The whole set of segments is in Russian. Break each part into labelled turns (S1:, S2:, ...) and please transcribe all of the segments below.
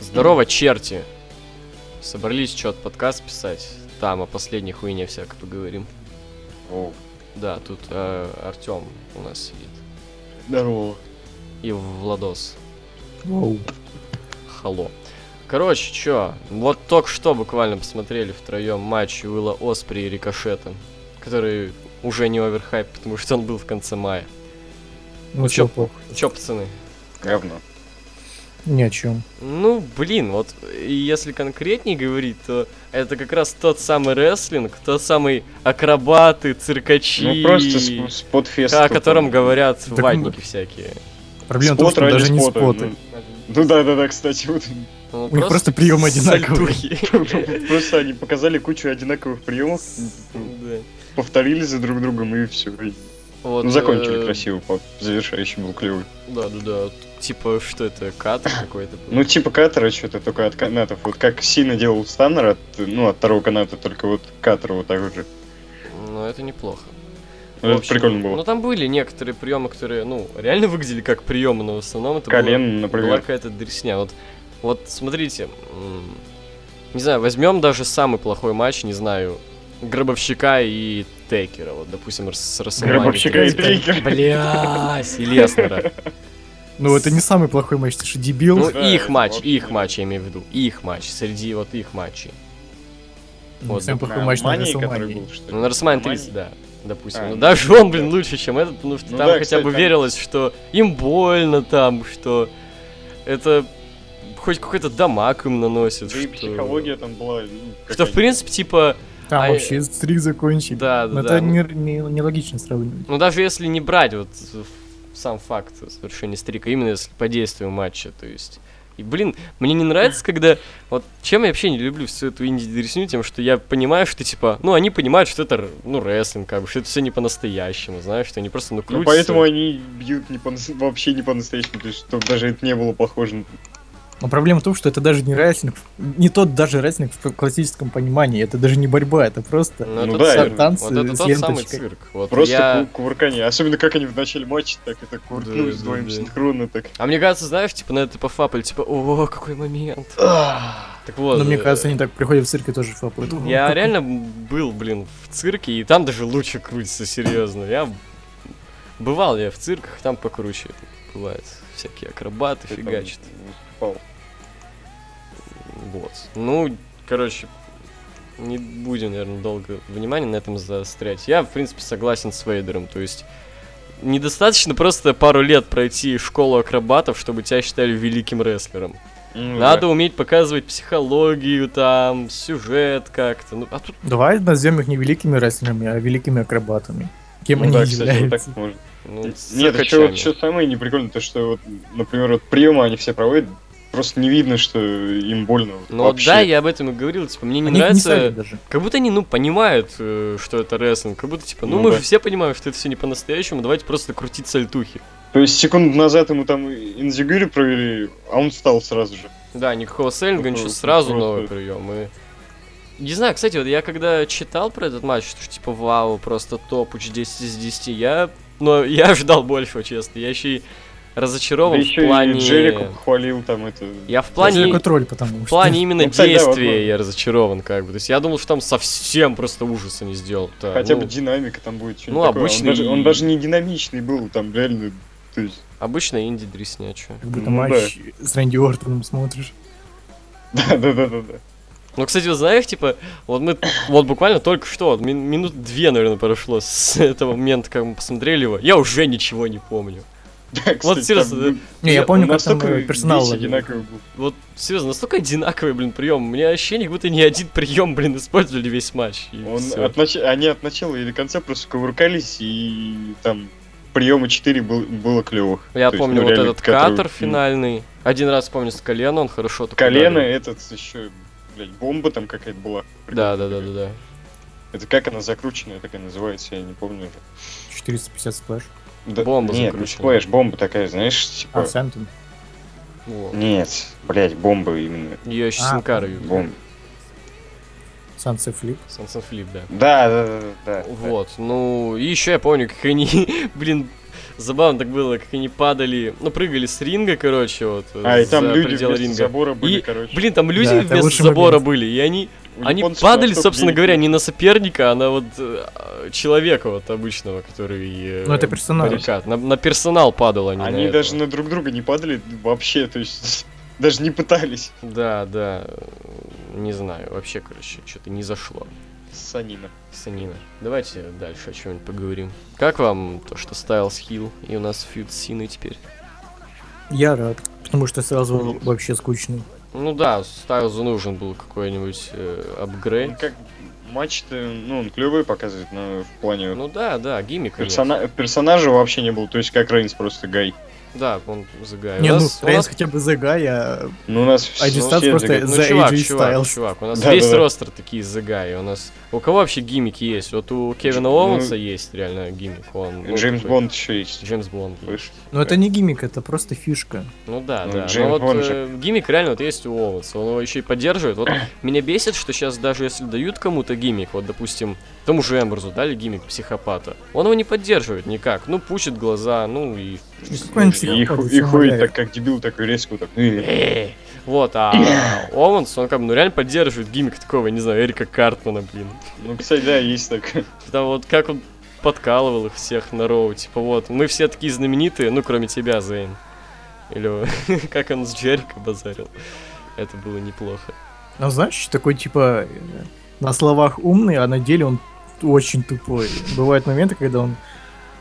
S1: Здорово, черти! Собрались что-то подкаст писать. Там о последней хуйне всяко поговорим.
S2: О,
S1: Да, тут Артем у нас сидит.
S2: здорово.
S1: И Владос.
S3: Воу.
S1: Хало. Короче, чё, вот только что буквально посмотрели втроем матч Уилла Оспри и Рикошета, который уже не оверхайп, потому что он был в конце мая.
S3: Ну
S1: Чё?
S3: чё плохо?
S1: Чё, пацаны?
S2: Говно.
S3: Ни о чем.
S1: Ну, блин, вот э, если конкретнее говорить, то это как раз тот самый рестлинг, тот самый акробаты, циркачи,
S2: Ну просто сп- спотфест.
S1: о
S2: тупо.
S1: котором говорят
S3: Так
S1: ватники всякие.
S3: Проблема в
S2: Спот
S3: том, А, что
S2: ради
S3: даже не
S2: спота,
S3: споты.
S2: Ну ну да-да-да, кстати, вот
S1: Ну,
S3: У них просто прием одинаковый.
S1: сальтухи.
S2: просто они показали кучу одинаковых приемов,
S1: Да.
S2: повторили за друг другом и все.
S1: Вот,
S2: Ну, закончили
S1: э,
S2: красиво, по- завершающий был клевый.
S1: Да, да, да. Типа, что это, кадр какой-то? был?
S2: Ну, типа катера что-то только от канатов. Вот как сильно делал Станнер от, ну, от второго каната, только вот катер вот так же.
S1: Ну, это неплохо.
S2: Ну,
S1: В
S2: это
S1: общем,
S2: прикольно было.
S1: Ну, там были некоторые приемы, которые, ну, реально выглядели как приемы, но в основном это было-
S2: Колен,
S1: была
S2: например.
S1: какая-то дресня. Вот, вот смотрите, м, не знаю, возьмем даже самый плохой матч, не знаю, Гробовщика и Тейкера, вот, допустим, с- с Расселмани
S2: Гробовщика и
S1: 35.
S2: Тейкера.
S1: Блядь, и Леснера.
S3: Ну это не самый плохой матч, ты же дебил.
S1: Ну,
S2: Да,
S1: их
S2: это
S1: матч,
S2: вообще.
S1: их матч, я имею в виду, их матч, среди вот их матчей.
S3: Ну,
S1: вот,
S3: самый плохой
S2: На
S3: матч на
S2: Мании, который
S3: Расселмании.
S2: был,
S1: Ну,
S2: что
S1: на
S2: ли?
S1: Расселмане
S2: Мании?
S1: 30, да. Допустим.
S2: А,
S1: ну,
S2: ну,
S1: даже он, блин, лучше, чем этот, потому что
S2: Ну
S1: там
S2: да,
S1: хотя
S2: кстати,
S1: бы
S2: там-
S1: верилось, что им больно там, что это хоть какой-то дамаг им наносит.
S2: Да и
S1: что-
S2: психология там была. ну,
S1: Что, в
S2: какая-нибудь.
S1: принципе, типа,
S3: Там
S1: А,
S3: вообще стрик закончили.
S1: да, да,
S3: Но
S1: да.
S3: это
S1: Ну,
S3: не- не- нелогично сравнивать.
S1: ну, даже если не брать вот э, сам факт совершения стрика, именно если по действию матча, то есть... И, блин, мне не нравится, когда... Вот чем я вообще не люблю всю эту инди-дресню, тем, что я понимаю, что, типа... Ну, они понимают, что это, р- ну, рестлинг, как бы, что это все не по-настоящему, знаешь, что они просто, ну,
S2: Ну,
S1: крутятся.
S2: поэтому они бьют не по вообще не по-настоящему, то есть, чтобы даже это не было похоже. на-
S3: Но проблема в том, что это даже не рестлинг, не тот даже рестлинг в классическом понимании. Это даже не борьба, это просто
S1: Ну,
S2: Ну
S1: это
S2: да,
S1: цирк.
S2: верно.
S3: танцы
S1: Вот это тот
S3: с
S1: самый
S3: ленточкой.
S1: цирк. Вот
S2: Просто
S1: я-
S2: ку- кувыркание. Особенно как они в начале матча так это кувыркнулись
S1: Да,
S2: вдвоем
S1: да, да.
S2: синхронно так.
S1: А мне кажется, знаешь, типа на это пофапали, типа, о, какой момент. Так вот.
S3: Но ну, мне
S1: э,
S3: кажется, они так приходят в цирк и тоже фапают.
S1: Я реально был, блин, в цирке, и там даже лучше крутится, серьезно. Я бывал я в цирках, там покруче бывает. Всякие акробаты
S2: Ты там
S1: фигачат.
S2: выступал.
S1: Вот. Ну, короче, не будем, наверное, долго внимания на этом заострять. Я, в принципе, согласен с Вейдером, то есть недостаточно просто пару лет пройти школу акробатов, чтобы тебя считали великим рестлером.
S2: Ну
S1: Надо
S2: да.
S1: уметь показывать психологию, там, сюжет как-то. Ну, а тут
S3: Давай назовем их не великими рестлерами, а великими акробатами. Кем
S2: Ну
S3: они
S2: да, кстати, вот
S3: являются.
S2: так можно.
S1: ну,
S2: Нет, еще
S1: циркачами.
S2: вот что самое неприкольное, то что вот, например, вот приемы они все проводят, просто не видно, что им больно. вот
S1: Ну вот
S2: вообще.
S1: да, я об этом и говорил, типа, мне не
S3: Они их
S1: нравится.
S3: ставят даже.
S1: Как будто они, ну, понимают, э, что это рестлинг. Как будто, типа, ну,
S2: Ну
S1: мы
S2: да.
S1: же все понимаем, что это все не по-настоящему, давайте просто крутить сальтухи.
S2: То есть секунду назад ему там инзигури провели, а он встал сразу же.
S1: Да, никакого сейлинга, ничего,
S2: Просто-
S1: сразу
S2: просто-
S1: новый прием. И... Не знаю, кстати, вот я когда читал про этот матч, что ж, типа, вау, просто топуч 10 из 10, я... Но я ожидал большего, честно. Я еще и разочарован в
S2: да еще
S1: плане...
S2: и Джерику похвалил там это.
S1: Я в
S3: Плане...
S1: плане...
S3: Только тролль, потому
S1: В
S3: что.
S1: плане именно
S2: Ну, кстати, да, вот,
S1: действия
S2: ну.
S1: я разочарован, как бы. То есть я думал, что там совсем просто ужаса не сделал. Да,
S2: Хотя
S1: ну,
S2: бы динамика там будет. что-нибудь
S1: ну,
S2: такое. Он
S1: обычный-
S2: даже- Он даже не динамичный был, там реально. То есть,
S1: Обычно инди дреснячая.
S3: Как будто
S2: Ну
S3: матч с Рэнди Ортоном смотришь.
S2: да, да, да, да, да.
S1: Ну, кстати, вот знаешь, типа, вот мы, вот буквально только что, вот мин- минут две, наверное, прошло с этого момента, как мы посмотрели его, я уже ничего не помню.
S2: Да, кстати,
S1: Вот серьезно,
S2: там,
S1: да.
S2: ну,
S3: Не, я
S1: Я-
S3: помню, как там
S2: настолько
S3: э, персонал
S2: весь
S3: ловил.
S2: одинаковый был.
S1: Вот, серьезно, настолько одинаковый, блин, прием. У меня ощущение, как будто ни один прием, блин, использовали весь матч. и
S2: Он
S1: всё.
S2: от нач- Они от начала и до конца просто кувыркались, и там приема 4 был... было клевых.
S1: Я
S2: То есть,
S1: помню
S2: ну,
S1: вот
S2: реально
S1: этот
S2: который-
S1: катер финальный. Один раз помню с колена, он хорошо так
S2: Колено,
S1: ударил.
S2: этот еще, блядь, бомба там какая-то была.
S1: Да, да, да, да, да.
S2: Это как она закрученная такая называется, я не помню.
S3: 450 сплэш.
S2: Да-
S1: Бомба
S2: Нет,
S1: закрученная.
S2: не сплэш, бомба такая, знаешь, типа...
S3: А, Сантон.
S1: Вот.
S2: Нет, блядь, бомба именно.
S1: Ее еще
S3: А.
S1: Синкара
S2: Бомба.
S3: Сансе Флип.
S1: Сансан Флип, да.
S2: Да, да, да, да. да.
S1: Вот, ну, и еще я помню, как они, блин, забавно так было, как они падали, ну, прыгали с ринга, короче, вот.
S2: А, и там
S1: за
S2: люди
S1: предел
S2: вместо
S1: ринга.
S2: забора были,
S1: И,
S2: короче.
S1: Блин, там люди
S3: Да, это
S1: вместо
S3: лучший
S1: забора
S3: момент.
S1: были, и они,
S2: У
S1: они
S2: японцев
S1: падали,
S2: настолько
S1: собственно
S2: денег
S1: говоря,
S2: нет.
S1: не на соперника, а на вот э, человека вот обычного, который... э,
S3: Ну, это персонаж.
S1: баррикад. На, на персонал падал они. на
S2: Они
S1: этого.
S2: даже на друг друга не падали вообще, то есть даже не пытались.
S1: Да, да. Не знаю, вообще, короче, что-то не зашло.
S2: Санина.
S1: Санина. Давайте дальше о чем-нибудь поговорим. Как вам то, что Стайлс хил, и у нас фьюд с Синой теперь?
S3: Я рад, потому что сразу
S2: Нет.
S3: вообще скучно.
S1: Ну да, Стайлзу нужен был какой-нибудь э,
S2: Он
S1: апгрейд.
S2: Ну, как матч-то, ну, он клевый показывает, но в плане
S1: Ну да, да, гиммик. нет.
S2: персона- персонажа вообще не был, то есть как Рейнс просто гай.
S1: Да, он загаял.
S3: Не,
S1: У
S3: ну,
S1: нас- у
S3: Рейнс
S1: нас-
S3: хотя бы за Гая, э,
S2: Ну, у нас все...
S3: Один Стас
S2: все
S3: А просто-
S2: говорят,
S1: Ну,
S3: за
S1: чувак,
S3: AJ
S1: чувак,
S3: Styles.
S1: чувак, у нас
S2: Да,
S1: весь
S2: да, да.
S1: ростер такие загаи. У нас у кого вообще гиммики есть? Вот у Кевина
S2: Ну,
S1: Оуэнса есть реально гиммик. Он, ну,
S2: Джеймс
S1: такой-
S2: Бонд еще есть.
S1: Джеймс Бонд. есть.
S2: Слышь,
S3: но ну, это не гиммик, это просто фишка.
S1: Ну да,
S2: Ну,
S1: да.
S2: Джеймс
S1: Но вот
S2: Бонд же.
S1: э, гиммик реально вот есть у Оуэнса, он его еще и поддерживает. Вот меня бесит, что сейчас даже если дают кому-то гиммик, вот допустим, тому же Эмберзу дали гиммик психопата, он его не поддерживает никак, ну пучит глаза, ну и...
S3: Какой-нибудь
S2: И, ху-
S3: психопат,
S2: и
S3: всё
S2: ходит
S3: умоляет.
S2: так, как дебил, такой резко, так, «Э,
S1: «Э». Вот, а Оуэнс, он как бы, ну реально поддерживает гиммик такого, я не знаю, Эрика Картмана, блин.
S2: Ну, кстати, да, есть так.
S1: Потому вот как он подкалывал их всех на роу, типа вот, мы все такие знаменитые, ну кроме тебя, Зейн. Или как он с Джерико базарил. Это было неплохо.
S3: Ну, знаешь, такой, типа, э, на словах умный, а на деле он очень тупой. Бывают моменты, когда он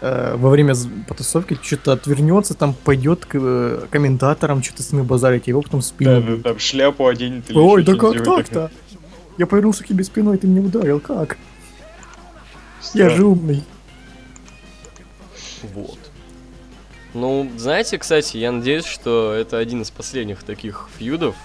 S3: э, во время з- потасовки что-то отвернется, там пойдет к э, комментаторам, что-то с ними базарить, а его потом в
S2: Да,
S3: спину.
S2: да,
S3: бьют.
S2: там шляпу оденет. или
S3: Ой,
S2: ещё
S3: да как
S2: что-нибудь такое.
S3: так-то? Я повернулся к тебе спиной, ты меня ударил, как? Я
S2: Странно.
S3: же умный.
S1: Вот. Ну, знаете, кстати, я надеюсь, что это один из последних таких фьюдов.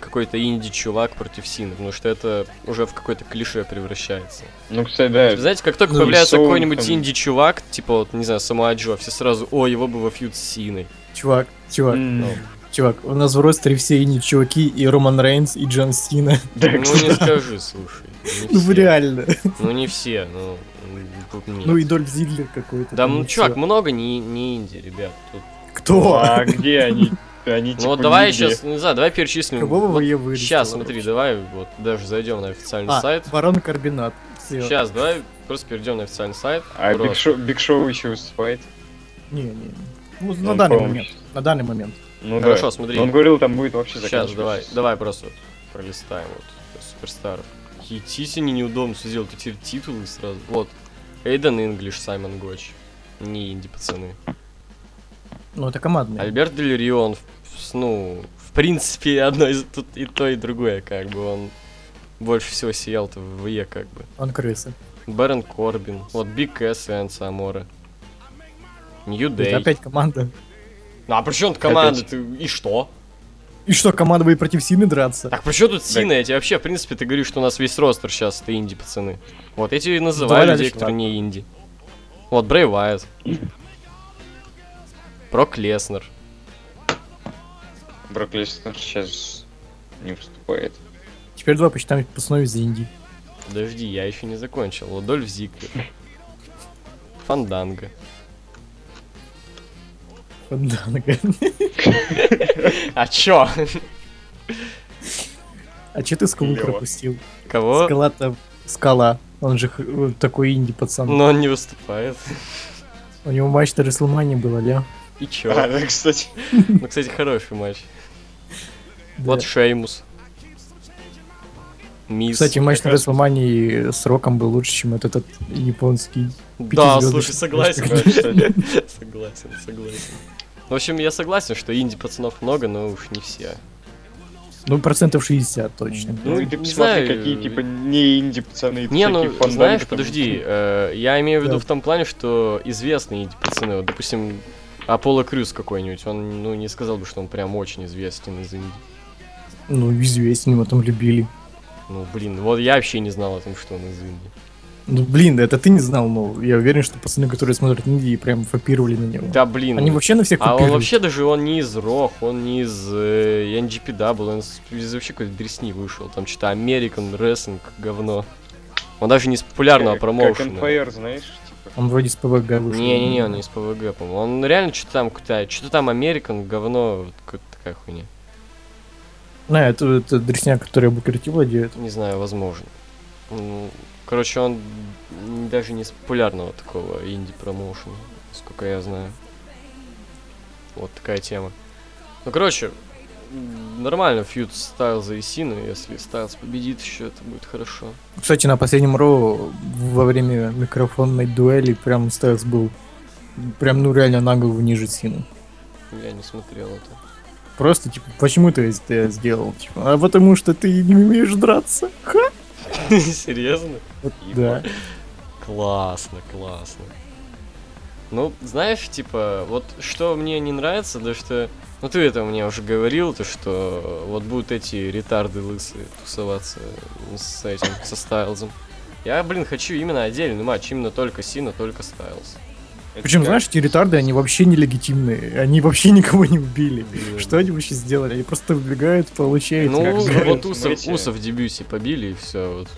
S1: Какой-то инди-чувак против Сина, потому что это уже в какое-то клише превращается.
S2: Ну, кстати, да,
S1: Знаете, как только
S3: Ну,
S1: появляется
S2: рисован
S1: какой-нибудь
S2: там.
S1: инди-чувак, типа, вот, не знаю, сама Джо, все сразу, о, его бы во фьюд с Синой.
S3: Чувак, чувак,
S2: М,
S1: Ну,
S3: чувак, у нас в ростере все и чуваки, и Роман Рейнс, и Джон Сина.
S2: да,
S1: Ну,
S2: кстати.
S1: не скажи, слушай. не
S3: Ну
S1: все.
S3: реально.
S1: Ну, не все, ну, м, тут нет.
S3: Ну и Дольф Зиглер какой-то.
S1: Да,
S3: там,
S1: ну,
S3: и
S1: чувак,
S3: всё.
S1: много не, не инди, ребят. Тут-
S3: Кто?
S2: А где они? Они
S1: Ну,
S2: типа
S1: вот давай
S2: нигде.
S1: сейчас, не знаю, давай перечислим.
S3: Кого бы
S1: Вот
S3: вы ее вырезали?
S1: Сейчас, смотри, давай вот даже зайдем на официальный
S3: А,
S1: сайт.
S3: Барон Карбинат. Всё.
S1: Сейчас, давай просто перейдем на официальный сайт.
S2: А Биг
S1: Просто.
S2: Шоу, Биг Шоу еще выступает.
S3: Не, не, не. Ну, на
S2: Он,
S3: данный
S2: по-моему,
S3: момент. На данный момент.
S2: Ну
S1: Хорошо,
S2: да.
S1: смотри.
S2: Он говорил, там будет вообще
S1: Сейчас,
S2: заканчиваться.
S1: давай, давай просто вот пролистаем вот суперстаров. Хитите не неудобно все сделать, эти титулы сразу. Вот. Эйден Инглиш, Саймон Гоч. Не инди, пацаны.
S3: Ну, это командный.
S1: Альберт Дель Рио, он, в- с- ну, в принципе, одно из тут и то, и другое, как бы он больше всего сиял-то в Е, как бы.
S3: Он крыса.
S1: Бэрон Корбин, вот Биг Кэс и Энса Амора. Нью
S3: Это
S1: Дэй.
S3: опять команда.
S1: Ну а при чем тут команда?
S2: Опять.
S1: Ты... И что?
S3: И что, команда будет против Сины драться?
S1: Так при чем тут Сина? Я тебе вообще, в принципе, ты говоришь, что у нас весь ростер сейчас это инди, пацаны. Вот эти и называю
S3: Давай
S1: людей,
S3: дальше,
S1: которые не инди. Вот Брэй Вайт. Прок Леснер.
S2: Брок Леснер сейчас не выступает.
S3: Теперь два почитаем по основе за Инди.
S1: Подожди, я еще не закончил. Лодольф Зиглер. Фанданга.
S3: Фанданга.
S1: А чё?
S3: А че ты скалу
S2: Клёво.
S3: пропустил?
S1: Кого?
S3: Скала там... Скала. Он же х- э, такой инди пацан.
S1: Но он не выступает.
S3: У него матч на Реслмане был, аля.
S1: И чё?
S2: А, да, кстати.
S1: Ну, кстати, хороший матч. Вот Шеймус. Мисс.
S3: Кстати, матч на Реслмане с Роком был лучше, чем этот японский.
S1: да,
S3: пятизвёздочный
S1: слушай, согласен.
S2: Да, кстати.
S1: Согласен, согласен. В общем, я согласен, что инди-пацанов много, но уж не все.
S3: Ну, процентов 60 точно.
S2: Ну и
S1: Не
S2: ты посмотри,
S1: знаю.
S2: какие типа не инди пацаны.
S1: Не,
S2: такие
S1: ну,
S2: фанданги
S1: знаешь,
S2: там.
S1: подожди, э, я имею в виду
S3: Да.
S1: в том плане, что известные инди-пацаны, вот, допустим, Аполло Крюс какой-нибудь, он, ну, не сказал бы, что он прям очень известен из инди.
S3: Ну, известен, его там любили.
S1: Ну, блин, вот я вообще не знал о том, что он из инди.
S3: Ну, блин, это ты не знал, но я уверен, что пацаны, которые смотрят Индии, прям фопировали на него.
S1: Да, блин.
S3: Они вообще на всех
S1: А он
S3: копируют.
S1: вообще даже, он не из Рох, он не из э, NGPW, он из, из вообще какой-то дресни вышел, там что-то American Wrestling, говно. Он даже не из популярного
S2: Э, Как как
S1: промоушена.
S2: Empire, знаешь, типа.
S3: Он вроде с ПВГ вышел.
S1: Не-не-не, он не из ПВГ, по-моему. Он реально что-то там куда что-то там Американ, говно, вот какая-то такая хуйня.
S3: Да, это, это дресня, которая Букерти владеет.
S1: Не знаю, возможно. Ну, Короче, он н- даже не из популярного такого инди-промоушена, сколько я знаю. Вот такая тема. Ну, короче, м, нормально фьюд Стайлза и Сина. Если Стайлз победит еще, это будет хорошо.
S3: Кстати, на последнем Роу во время микрофонной дуэли прям Стайлс был прям, ну, реально на голову ниже Сина.
S1: Я не смотрел это.
S3: Просто, типа, почему ты это сделал? Типа, а потому что ты не умеешь драться. Ха!
S1: Серьезно?
S3: Вот,
S1: Ебать.
S3: да.
S1: Классно, классно. Ну, знаешь, типа, вот что мне не нравится, да что... Ну, ты это мне уже говорил, то что вот будут эти ретарды лысые тусоваться с этим, со Стайлзом. Я, блин, хочу именно отдельный матч, именно только Сина, только Стайлз.
S2: Это
S3: Причем,
S2: как-
S3: знаешь, эти ретарды, они вообще нелегитимные. Они вообще никого не убили.
S1: Блин.
S3: Что они вообще сделали? Они просто убегают, получается.
S1: Ну,
S2: как
S1: вот
S2: смотрите.
S1: Усов, Усов в дебюсе побили и все. Вот.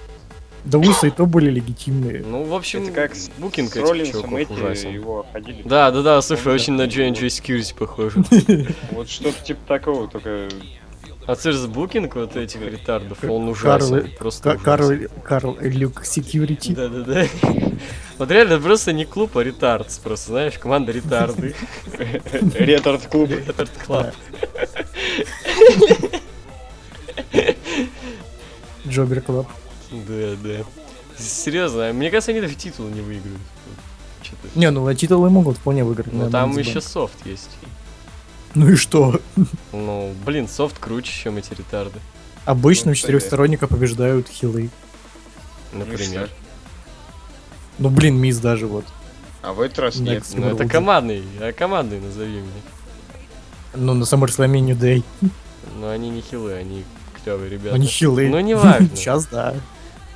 S3: Да усы и то были легитимные.
S1: Ну, в общем,
S2: Это как с
S1: букинг
S2: с
S1: этих
S2: Роллинсом
S1: чуваков
S2: эти
S1: ужасен.
S2: его ходили.
S1: Да, да, да, слушай,
S2: Он
S1: очень на
S2: такой
S1: Джей
S2: вот.
S1: Security похоже.
S2: Вот что-то типа такого, только
S1: А Цирс Букинг вот этих ретардов, он ужасен.
S3: Карл-
S1: просто
S3: Ка-
S1: ужасен.
S3: Карл, Карл Люк Секьюрити.
S1: Да-да-да. Вот реально просто не клуб, а ретардс. Просто, знаешь, команда ретарды.
S2: ретард клуб.
S1: Ретард клаб.
S3: Джобер Клаб.
S1: Да-да. Серьезно, а мне кажется, они даже титул не выиграют. Чё-то.
S3: Не, ну а титулы могут вполне выиграть.
S1: Ну
S3: наверное,
S1: там
S3: Биг
S1: еще
S3: Бен.
S1: софт есть.
S3: Ну и что?
S1: Ну, блин, софт круче, чем эти ретарды.
S3: Обычно
S2: Ну,
S3: в четырехсторонника побеждают хилы.
S1: Например.
S3: Ну блин, мисс даже вот.
S2: А в этот раз
S3: Да,
S2: нет.
S3: кстати.
S1: Ну это
S3: Сигурдзе.
S1: командный, а командный назови мне.
S3: Ну на SummerSlam New Day.
S1: Но они не хилы, они клевые ребята.
S3: Они хилы.
S1: Ну, неважно.
S3: Сейчас да.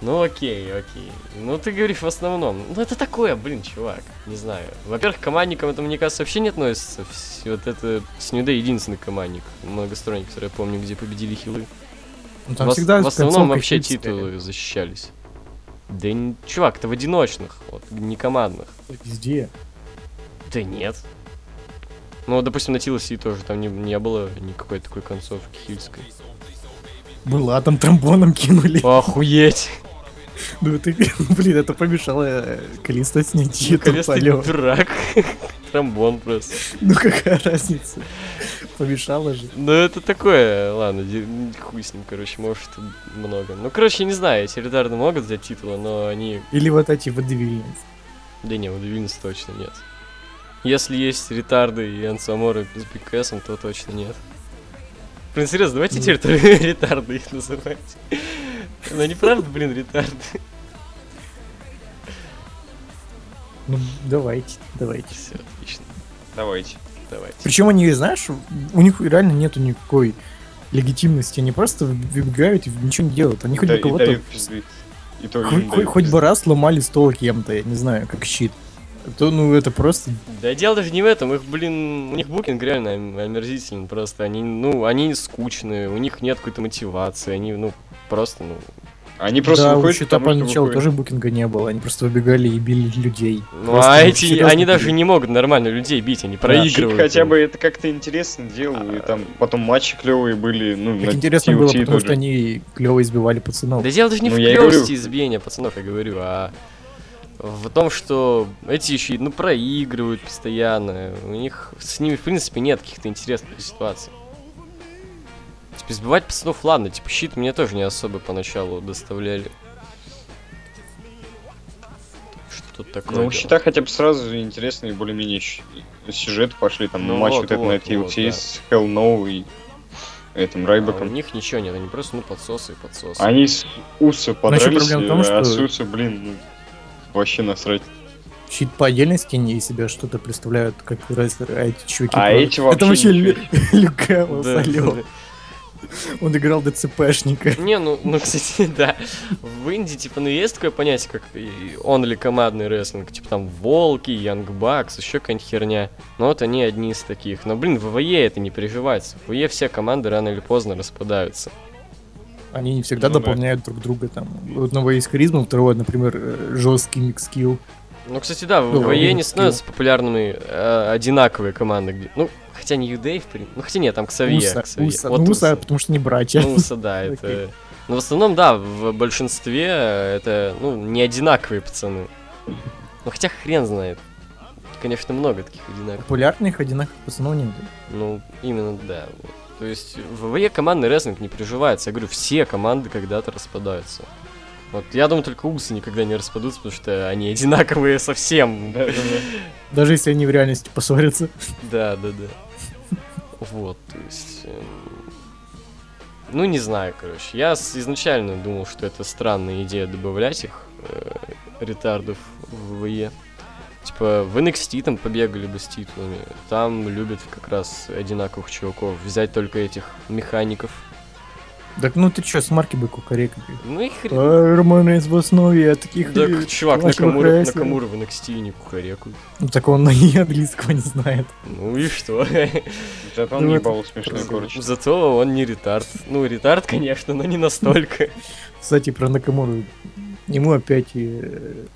S1: Ну окей, окей. Ну ты говоришь в основном. Ну это такое, блин, чувак. Не знаю. Во-первых, к командникам это, мне кажется, вообще не относится. Вс- Вот это с Нью Дэй единственный командник многосторонник, который я помню, где победили хилы.
S3: Ну, там
S1: в, ос-
S3: всегда
S1: в основном
S3: концовка
S1: вообще
S3: хильская.
S1: титулы защищались. Да н- чувак, это в одиночных, вот, не командных.
S3: Везде.
S1: Да нет. Ну, допустим, на TLC тоже там не, не было никакой такой концовки хильской.
S3: Была там тромбоном кинули.
S1: Охуеть!
S3: Ну ты, блин, это помешало э, Калиста
S2: Ну,
S3: снять титул.
S1: Наконец-то
S3: алло.
S1: дурак. Тромбон просто.
S3: Ну какая разница? Помешало же.
S1: Ну, это такое, ладно, де- хуй с ним, короче, может, тут много. Ну, короче, не знаю, эти ретарды могут взять титулы, но они...
S3: Или вот эти водевильницы.
S1: Да не, у Вильнюса точно нет. Если есть ретарды и Ансаморы с Биг Кэсом, то точно нет. Блин, серьезно, давайте
S3: Ну.
S1: теперь только ретарды их называть. Ну, они правда, блин, ретарды.
S3: Ну давайте, давайте.
S1: Все, отлично,
S2: Давайте.
S1: давайте.
S3: Причем они, знаешь, у них реально нету никакой легитимности. Они просто выбегают и ничего не делают. Они хоть
S2: Да-
S3: бы
S2: и
S3: кого-то...
S2: дают пизды. И то
S3: Хоть,
S2: им
S3: хоть-
S2: дают
S3: хоть
S2: пизды.
S3: бы раз ломали стол кем-то, я не знаю, как щит. А То, ну, это просто...
S1: Да дело даже не в этом, их, блин, у них букинг реально ом- омерзителен просто, они, ну, они скучные, у них нет какой-то мотивации, они, ну, просто, ну,
S2: Они просто
S3: да, у
S2: выходят,
S3: щита
S2: потому что
S3: поначалу
S2: выходят.
S3: тоже букинга не было. Они просто выбегали и били людей.
S1: Ну
S3: Просто,
S1: а
S3: ну,
S1: эти,
S3: серьезно,
S1: они
S3: блин.
S1: даже не могут нормально людей бить, они
S2: Щит
S1: проигрывают.
S2: хотя
S1: им.
S2: бы это как-то интересно делал, и там потом матчи клевые были, ну,
S3: Так
S2: на
S3: интересно
S2: TLT
S3: было, потому
S2: тоже.
S3: что они клево избивали пацанов.
S1: Да дело даже не
S2: Ну,
S1: в
S2: я и
S1: клёвости
S2: говорю.
S1: избиения пацанов, я говорю, а в том, что эти еще, ну, проигрывают постоянно, у них с ними, в принципе, нет каких-то интересных ситуаций. Типа, избивать пацанов, ладно, типа, щит мне тоже не особо поначалу доставляли. Что тут такое?
S2: Ну, у
S1: дело?
S2: щита хотя бы сразу интересные более-менее щ- сюжеты пошли, там,
S1: Ну
S2: матч
S1: вот,
S2: вот, этот на
S1: вот,
S2: TLT
S1: вот, да.
S2: с Hell No и этим
S1: А у
S2: Райбеком.
S1: них ничего нет, они просто, ну, подсосы и подсосы.
S2: Они с Усы
S3: Ну, ещё
S2: подрались,
S3: проблема в том,
S2: э,
S3: что-
S2: а с Усы, блин, ну, вообще насрать.
S3: Щит по отдельности не из себя что-то представляют, как рестлеры, а эти чуваки...
S2: А
S3: просто-
S2: эти вообще
S3: Это вообще
S2: ничего.
S3: Лю- Люк Эванс,
S1: Да,
S3: алло.
S1: да.
S3: Он играл ДЦПшника.
S1: Не, ну, ну, кстати, да. В Индии, типа, ну, есть такое понятие, как он ли командный рестлинг. Типа, там, Волки, Янг Бакс, еще какая-нибудь херня. Но вот они одни из таких. Но, блин, в ВВЕ это не переживается. В ВВЕ все команды рано или поздно распадаются.
S3: Они не всегда
S2: Ну да.
S3: дополняют друг друга там. У одного есть харизма, у второго, например, э, жесткий микс-скилл.
S1: Ну, кстати, да, в
S3: Ну,
S1: ВЕ не
S3: Киев.
S1: становятся популярными э, одинаковые команды. где- Ну, хотя не Юдей, в принципе. Ну, хотя нет, там Ксавье.
S3: Уса,
S1: Ксавье.
S3: Уса.
S1: Вот
S3: Ну,
S1: Уса.
S3: Уса, потому что не братья.
S1: Ну, Уса, да,
S3: Окей.
S1: это... Но в основном, да, в большинстве э, это, ну, не одинаковые пацаны. Ну, хотя хрен знает. Конечно, много таких одинаковых.
S3: Популярных одинаковых пацанов нет.
S1: Ну, именно, да. вот. То есть в ВВЕ командный рестлинг не приживается. Я говорю, все команды когда-то распадаются. Вот, я думаю, только Усы никогда не распадутся, потому что они одинаковые совсем.
S2: Да, да, да.
S3: Даже если они в реальности поссорятся.
S1: Да, да, да. Вот, то есть... эм, Ну, не знаю, короче. Я с- изначально думал, что это странная идея добавлять их, э, ретардов, в ВВЕ. Типа, в NXT там побегали бы с титулами. Там любят как раз одинаковых чуваков. Взять только этих механиков.
S3: Так ну ты чё, с марки бы кукарек.
S1: Ну и
S3: А,
S1: хрен.
S3: Роман Рейнс в основе, а таких...
S1: Так, чувак,
S3: классных
S1: Накамура,
S3: рестлеров.
S1: Накамура в NXT не кукарекают.
S3: Ну, Так он и английского не знает.
S1: Ну и что?
S2: Зато
S3: Ну,
S2: он
S3: это
S2: ебал смешной короче.
S1: Зато он не ретард. Ну, ретард, конечно, но не настолько.
S3: Кстати, про Накамуру. Ему опять э,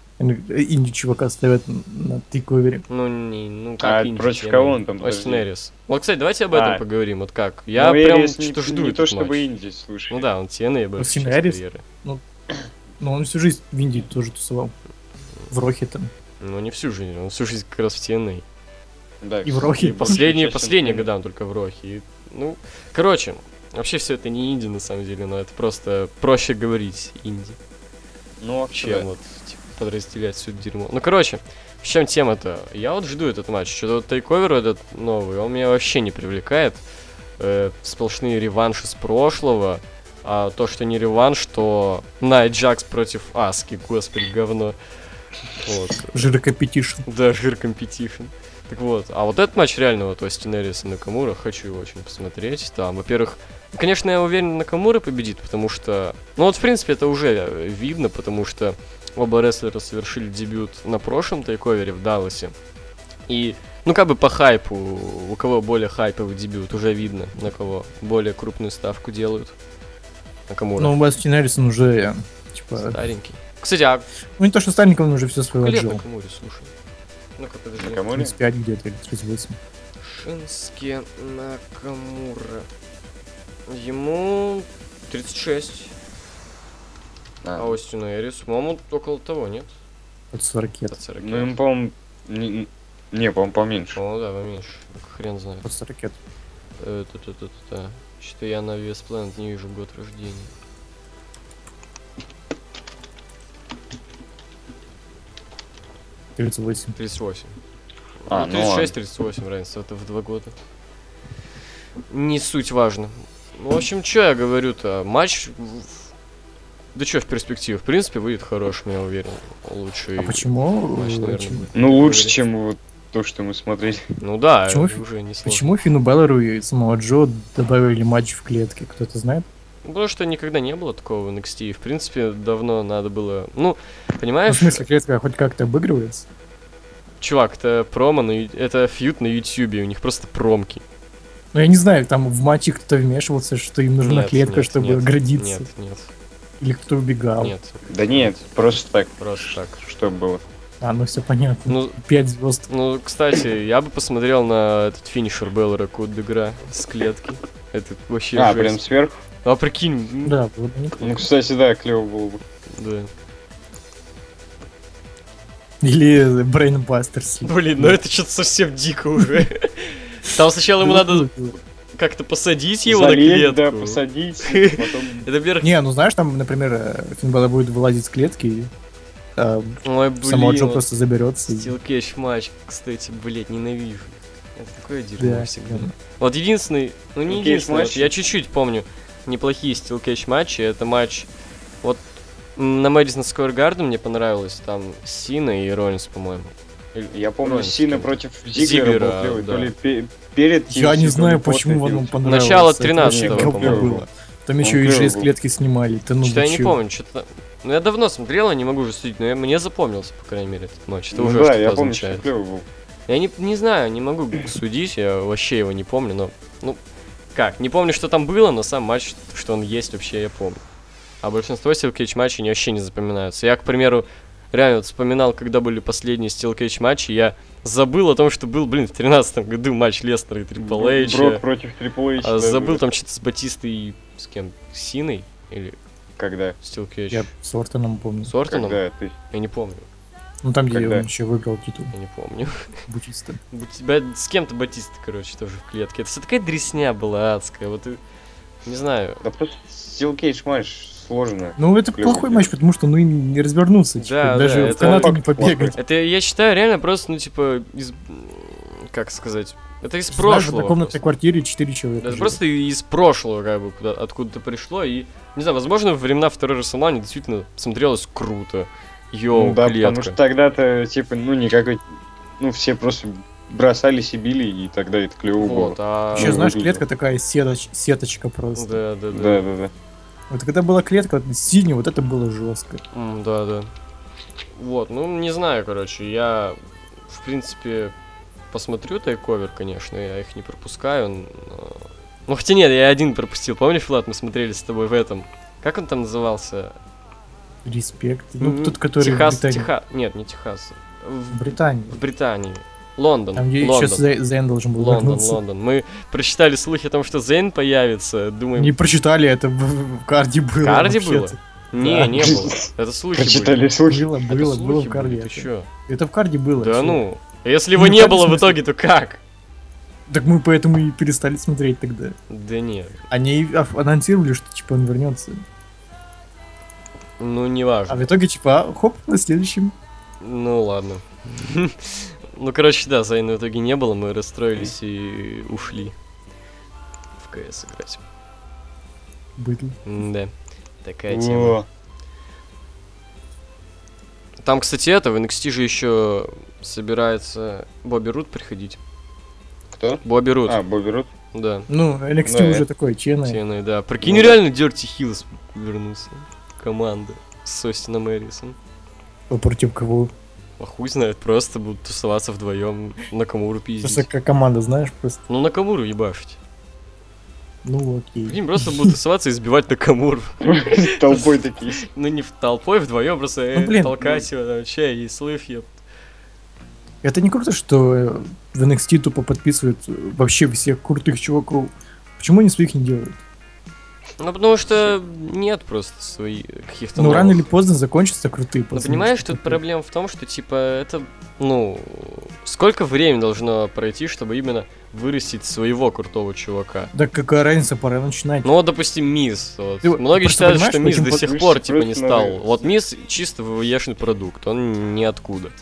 S3: инди-чувака ставят на тыковере.
S1: Ну, не, ну
S2: А
S1: как инди
S2: против
S1: тема.
S2: кого он там,
S1: Остин
S2: подожди?
S1: Эрис. Вот, кстати, давайте об этом
S2: А.
S1: поговорим. Вот как. Я
S2: Ну,
S1: прям
S2: Эрис не-
S1: что-то жду
S2: Не
S1: этот
S2: то
S1: матч.
S2: чтобы Инди, слушай.
S1: Ну да, он TNA был.
S3: Остин
S1: сейчас
S3: Эрис?
S1: карьеры.
S3: Но он всю жизнь в Индии тоже тусовал. В Рохе там.
S1: Ну не всю жизнь, он всю жизнь как раз в
S2: Ну,
S1: TNA.
S2: Да,
S3: И в Рохе.
S2: кстати,
S1: Последние,
S2: больше, чем
S1: последние
S2: Инди.
S1: года он только в Рохе. И, ну, короче, вообще все это не инди на самом деле, но это просто проще говорить инди,
S2: Ну вообще,
S1: чем
S2: да.
S1: вот типа, подразделять все это дерьмо. Ну короче, в чем тема-то? Я вот жду этот матч. Что-то вот тайковер этот новый, он меня вообще не привлекает. э, сплошные реванши с прошлого. А то, что не реванш, то Найт Джакс против Аски, господи, говно. Вот.
S3: Жирокопетишн.
S1: Да, жир компетишн. Так вот, а вот этот матч реально, вот Остин Эрис и Накамура, хочу его очень посмотреть. Там, во-первых, ну, конечно, я уверен, Накамура победит, потому что... Ну вот, в принципе, это уже э, видно, потому что оба рестлера совершили дебют на прошлом тайковере в Далласе. И, ну как бы по хайпу, у кого более хайповый дебют, уже видно, на кого более крупную ставку делают. Накамура.
S3: Но у вас Ченнерисон уже, э, типа...
S1: Старенький. Кстати, а
S3: Ну не то, что Стальников, он уже все свое
S1: сколько лет
S3: отжил.
S1: Накамуре, слушай? Ну-ка, подожди.
S2: Накамуре?
S3: 35 где-то или 38.
S1: Шински Накамура. Ему 36,
S2: А,
S1: а Остину Эрису, по-моему, около того, нет?
S3: От 40 лет.
S1: От 40.
S2: Ну ему, по-моему, не, не, по-моему, поменьше.
S1: О, да, поменьше. Хрен знает.
S3: От 40 лет.
S1: Э, та-та-та-та-та. Что-то я на вес планет не вижу год рождения.
S3: Тридцать восемь.
S1: 38.
S2: А,
S1: ну,
S2: ну ладно.
S1: 36-38 разница, это в два года. Не суть важно. Ну, В общем, что я говорю-то, матч... в- в- Да что в перспективе, в принципе, выйдет хорошим, я уверен. Лучший.
S3: А почему?
S1: матч,
S3: э,
S1: наверное,
S3: чем-
S1: будет.
S2: Ну лучше,
S1: Говорит.
S2: чем вот то, что мы смотрели.
S1: Ну да,
S3: Почему
S1: э,
S3: фи-
S1: уже не сложно.
S3: Почему Фину Беллару и самого Джо добавили матч в клетке? Кто-то знает?
S1: Ну, Потому что никогда не было такого в NXT. и, В принципе, давно надо было... Ну,
S3: Ну, в
S1: понимаешь,
S3: смысле, клетка хоть как-то обыгрывается?
S1: чувак, это промо, на... ю- это фьют на Ютьюбе, у них просто промки.
S3: Ну, я не знаю, там в матче кто-то вмешивался, что им нужна
S1: Нет,
S3: Ну, клетка,
S1: нет,
S3: чтобы
S1: нет,
S3: оградиться.
S1: Нет, нет,
S3: Или кто-то убегал.
S1: нет,
S2: Да нет, просто так,
S1: просто так.
S2: что было.
S3: А, ну все понятно.
S1: Ну,
S3: Пять звезд.
S1: ну, кстати, я бы посмотрел на этот финишер Беллара Куд Дегра с клетки. Это вообще
S2: А,
S1: жесть.
S2: прям сверху.
S1: А, прикинь. м,
S3: Да, было бы неплохо.
S2: Ну, кстати, да, клево было бы.
S1: Да.
S3: Или Брейнбастерс.
S1: Блин, ну это что-то совсем дико уже. Там сначала Ну, ему
S3: Ну,
S1: надо как-то посадить его на
S2: Залезть,
S1: клетку.
S2: да, посадить, и потом...
S1: Это вверх
S3: Не, ну знаешь, там, например, э, Финн Балор будет вылазить с клетки, и э,
S1: Ой, блин.
S3: самого Джо
S1: вот
S3: просто заберется. и-
S1: Steel Cage матч, кстати, блядь, ненавижу. Это такое дерьмо
S3: Да,
S1: всегда.
S3: да.
S1: Вот единственный, ну
S2: Steel
S1: не
S2: Cage
S1: единственный, вот
S2: матчи.
S1: я чуть-чуть помню неплохие Steel Cage матчи. Это матч вот м, на Мэдисон Square Garden мне понравилось. Там Сина и Роллинс, по-моему.
S2: Я помню,
S1: Роллинс
S2: Сина
S1: кем-то.
S2: против Зиглера был
S1: Зиглера,
S2: клевый,
S1: а, да.
S2: то ли пе- перед
S3: Я
S2: TLC,
S3: не
S2: то
S3: знаю,
S2: ли после
S3: почему вам он
S2: TLC.
S3: понравился.
S1: Начало
S3: Это вообще
S1: 13-го,
S3: говно
S2: по-моему.
S3: было. Там
S2: Он
S3: еще и
S2: клевый
S3: же из
S2: был.
S3: клетки снимали. Да ну
S1: что-то я
S3: вы
S1: не
S3: чё?
S1: помню, что-то... Ну я давно смотрел, я не могу уже судить, но я, мне запомнился, по крайней мере, этот матч. Это
S2: Ну
S1: уже
S2: да,
S1: что-то
S2: я помню, что
S1: означает.
S2: клевый был.
S1: Я не, не знаю, не могу судить, я вообще его не помню, но... Ну, как, не помню, что там было, но сам матч, что он есть, вообще я помню. А большинство Steel Cage матчей они вообще не запоминаются. Я, к примеру, реально вот вспоминал, когда были последние Steel Cage матчи, я забыл о том, что был, блин, в 13 году матч Лестера и Трипл Эйч.
S2: Брок против Трипл Эйч.
S1: А, забыл там что-то с Батистой и с кем? С Синой? Или
S2: Когда?
S1: Steel Cage?
S3: Я с Ортоном помню.
S1: С Ортоном?
S2: Когда ты...
S1: Я не помню,
S3: Ну там, где
S2: Когда?
S3: он еще выиграл титул
S1: я не помню.
S3: Бутиста.
S1: У тебя с кем-то Батиста, короче, тоже в клетке. Это все такая дресня была адская, вот и... Не знаю.
S2: Да просто Steel Cage матч сложно.
S3: Ну, это
S2: Клёвый
S3: плохой
S2: дед.
S3: матч, потому что ну и не развернуться. типа,
S1: Да, да,
S3: даже в
S1: это
S3: канату не
S2: факт.
S3: побегать.
S1: Это, я считаю, реально просто, ну, типа, из... Как сказать? Это из
S3: Знаешь, в
S1: прошлого.
S3: одной комнатной
S1: просто.
S3: квартире 4 человека.
S1: Это
S3: живут.
S1: просто из прошлого, как бы, куда, откуда-то пришло. И, не знаю, возможно, во времена второй Расселмани действительно смотрелось круто. Йоу,
S2: Ну да,
S1: клетка.
S2: потому что тогда-то, типа, ну никакой... Ну все просто бросались и били, и тогда это клево
S1: Вот,
S2: было.
S1: а...
S3: Еще, знаешь,
S2: выглядело.
S3: клетка такая сеточ- сеточка просто.
S1: Да, да, да.
S2: Да, да, да.
S3: Вот когда была клетка вот синяя, вот это было жестко.
S1: М, Да, да. Вот, ну, не знаю, короче, я, в принципе, посмотрю тайковер, конечно, я их не пропускаю. но- Ну, хотя нет, я один пропустил. Помнишь, Влад, мы смотрели с тобой в этом... Как он там назывался?
S3: Респект. Ну,
S1: М,
S3: тот, который
S1: Техас,
S3: в Британии.
S1: Теха- Нет, не Техас.
S3: В
S1: В,
S3: Британии.
S1: в Британии. Лондон.
S3: Там где
S1: Лондон.
S3: сейчас Зейн должен был
S1: Лондон,
S3: вернуться.
S1: Лондон. Мы прочитали слухи о том, что Зейн появится. Думаем,
S3: Не прочитали, это в, в Карди было.
S1: Карди
S3: вообще-то.
S1: не,
S3: Да.
S1: не было. Это слухи были.
S2: Прочитали слухи.
S3: Было,
S1: Это
S3: а, было, было
S1: слухи
S3: в Карди.
S1: были, ты
S3: это.
S1: чё?
S3: Это в Карди было.
S1: Да
S3: чё.
S1: ну. Если
S3: Ну,
S1: его не
S3: как в
S1: было в
S3: смысле?
S1: итоге, то как?
S3: Так мы поэтому и перестали смотреть тогда.
S1: Да нет.
S3: Они и аф- анонсировали, что типа он вернется.
S1: Ну, не
S3: А
S1: важно.
S3: в итоге типа, а, хоп, на следующем.
S1: Ну, ладно. Ну, короче, да, Зейна в итоге не было, мы расстроились и ушли. В КС играть.
S3: Бытл.
S1: Да. Такая тема.
S2: Во.
S1: Там, кстати, это, в NXT же еще собирается Бобби Рут приходить.
S2: Кто?
S1: Бобби Рут,
S2: А, Бобби Рут.
S1: да.
S3: Ну, NXT
S2: Да,
S3: уже
S2: это-
S3: такой, э, чены.
S1: TNA, да. Прикинь,
S2: Ну да.
S1: реально Dirty Hills вернулся. Команда с Остином Эрисом.
S3: ну, Против кого?
S1: А хуй знает, просто будут тусоваться вдвоем на Камуру
S3: Просто
S1: пиздить.
S3: как команда, знаешь, просто.
S1: Ну, на Камуру ебашить.
S3: Ну окей.
S1: Прикинь, просто будут тусоваться и сбивать на Камуру.
S2: Толпой такие.
S1: Ну, не в толпой, вдвоем просто э,
S3: Ну, блин,
S1: толкать его, там, чай и слыв, еб.
S3: Это не круто, что э, в NXT тупо подписывают э, вообще всех крутых чуваков. Почему они своих не делают?
S1: Ну, потому что нет просто своих каких-то...
S3: Ну, рано
S1: новых.
S3: или поздно закончатся крутые
S1: Ну,
S3: пацаны,
S1: понимаешь,
S3: что
S1: тут
S3: такое.
S1: проблема в том, что, типа, это, ну, сколько времени должно пройти, чтобы именно вырастить своего крутого чувака?
S3: Да какая разница, пора начинать.
S1: Ну, вот, допустим, Мисс. вот.
S3: Ты
S1: Многие
S3: просто
S1: считают,
S3: понимаешь,
S1: что Мисс
S3: почему
S1: до
S3: под-
S1: сих
S2: Мисс
S1: пор, типа, не
S2: просто
S1: стал.
S2: нравится.
S1: Вот Мисс чисто вывешенный продукт, он ниоткуда.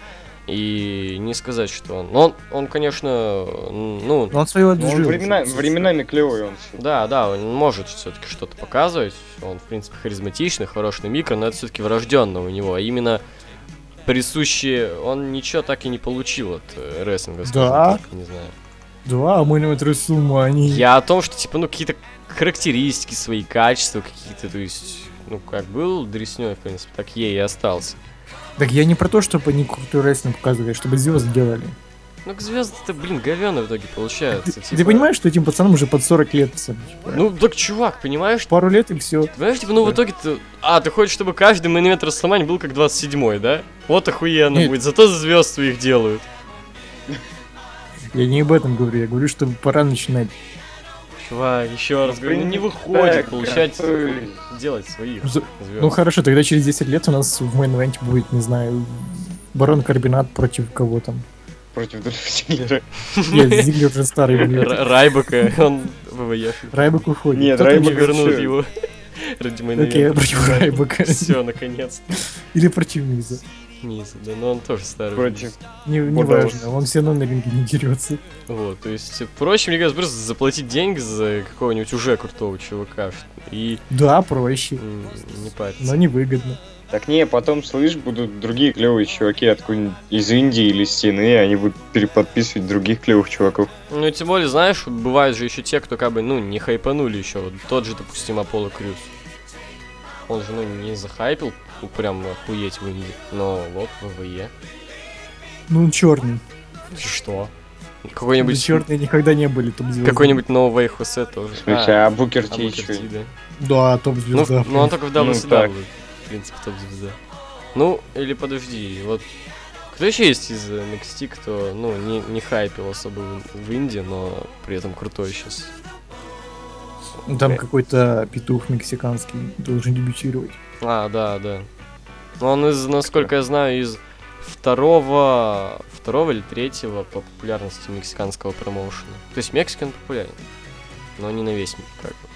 S1: И не сказать, что он... Ну, он, он, конечно, ну,
S3: Но он своего
S2: Ну, он
S3: отжил.
S2: времена- временами клевый он.
S1: Да, да, он может все-таки что-то показывать. Он, в принципе, харизматичный, хорош на микро, но это все-таки врожденно у него. А именно присущие... Он ничего так и не получил от э, рестлинга, скажем
S3: Да.
S1: так, не знаю.
S3: Да, а мы на эту сумму, они...
S1: Я о том, что, типа, ну, какие-то характеристики, свои качества какие-то, то есть... Ну, как был дресней, в принципе, так ей и остался.
S3: Так я не про то, чтобы они крутой рестлинг показывали, а чтобы звезд делали.
S1: Ну, к звезды-то, блин, говёные в итоге
S3: Ты,
S1: получаются.
S3: ты
S1: типа.
S3: понимаешь, что этим пацанам уже под 40 лет? пацан, типа?
S1: Ну, так, чувак, понимаешь,
S3: Пару лет и все.
S1: Понимаешь, типа, ну в итоге ты... А, ты хочешь, чтобы каждый монумент Расселмани был как 27-й, да? Вот охуенно
S3: Нет.
S1: будет, зато звезд своих делают.
S3: Я не об этом говорю, я говорю, что пора начинать.
S1: Чувак, еще раз говорю, ну не выходит получать... Делать своих
S3: Ну, за- Ну
S1: звезд.
S3: хорошо, тогда через 10 лет у нас в мейн будет, не знаю, Барон Карбинат против кого там.
S2: Против Дольфа Зиглера.
S3: Нет, Зиглер уже старый, блядь.
S1: Райбака, он ВВЕ.
S3: Райбек уходит.
S2: Нет,
S3: Кто там
S1: Райбак
S2: Райбак
S3: будет?
S1: вернул
S2: вообще-
S1: его. Ради
S3: Окей, против Райбека.
S1: Все, наконец.
S3: Или против Миза.
S1: Низ, да, но он тоже старый.
S2: Против.
S3: Не, не
S2: Вот да,
S3: важно, он все равно на ринге не дерется.
S1: Вот, то есть, проще, мне кажется, просто заплатить деньги за какого-нибудь уже крутого чувака что- и
S3: Да, проще,
S1: м, не париться.
S3: но невыгодно.
S2: Так не, потом, слышь, будут другие клевые чуваки откуда из Индии или стены, и они будут переподписывать других клевых чуваков.
S1: Ну, тем более, знаешь, вот бывают же еще те, кто как бы, ну, не хайпанули еще. Вот тот же, допустим, Аполло Крюс. Он же, ну, не захайпил, ну, прям охуеть выглядит. Но вот ВВЕ.
S3: Ну он черный.
S1: Что?
S3: Да
S1: Какой-нибудь...
S3: черные никогда не были топ звезды
S1: Какой-нибудь новый Хосе тоже.
S2: В смысле, а, Букер Ти чё?
S1: да.
S3: Да,
S1: Ну,
S3: топ-звезда.
S1: в- ну, он только в
S2: Ну,
S1: WCW,
S2: так.
S1: в принципе, топ-звезда. Ну, или подожди, вот кто еще есть из э, NXT, кто, ну, не, не хайпил особо в, в Индии, но при этом крутой сейчас?
S3: Ну, Там какой-то петух мексиканский должен дебютировать.
S1: А, да, да. Ну, он из, насколько я знаю, из второго, второго или третьего по популярности мексиканского промоушена. То есть Мексикан популярен, но не на весь мир, как бы.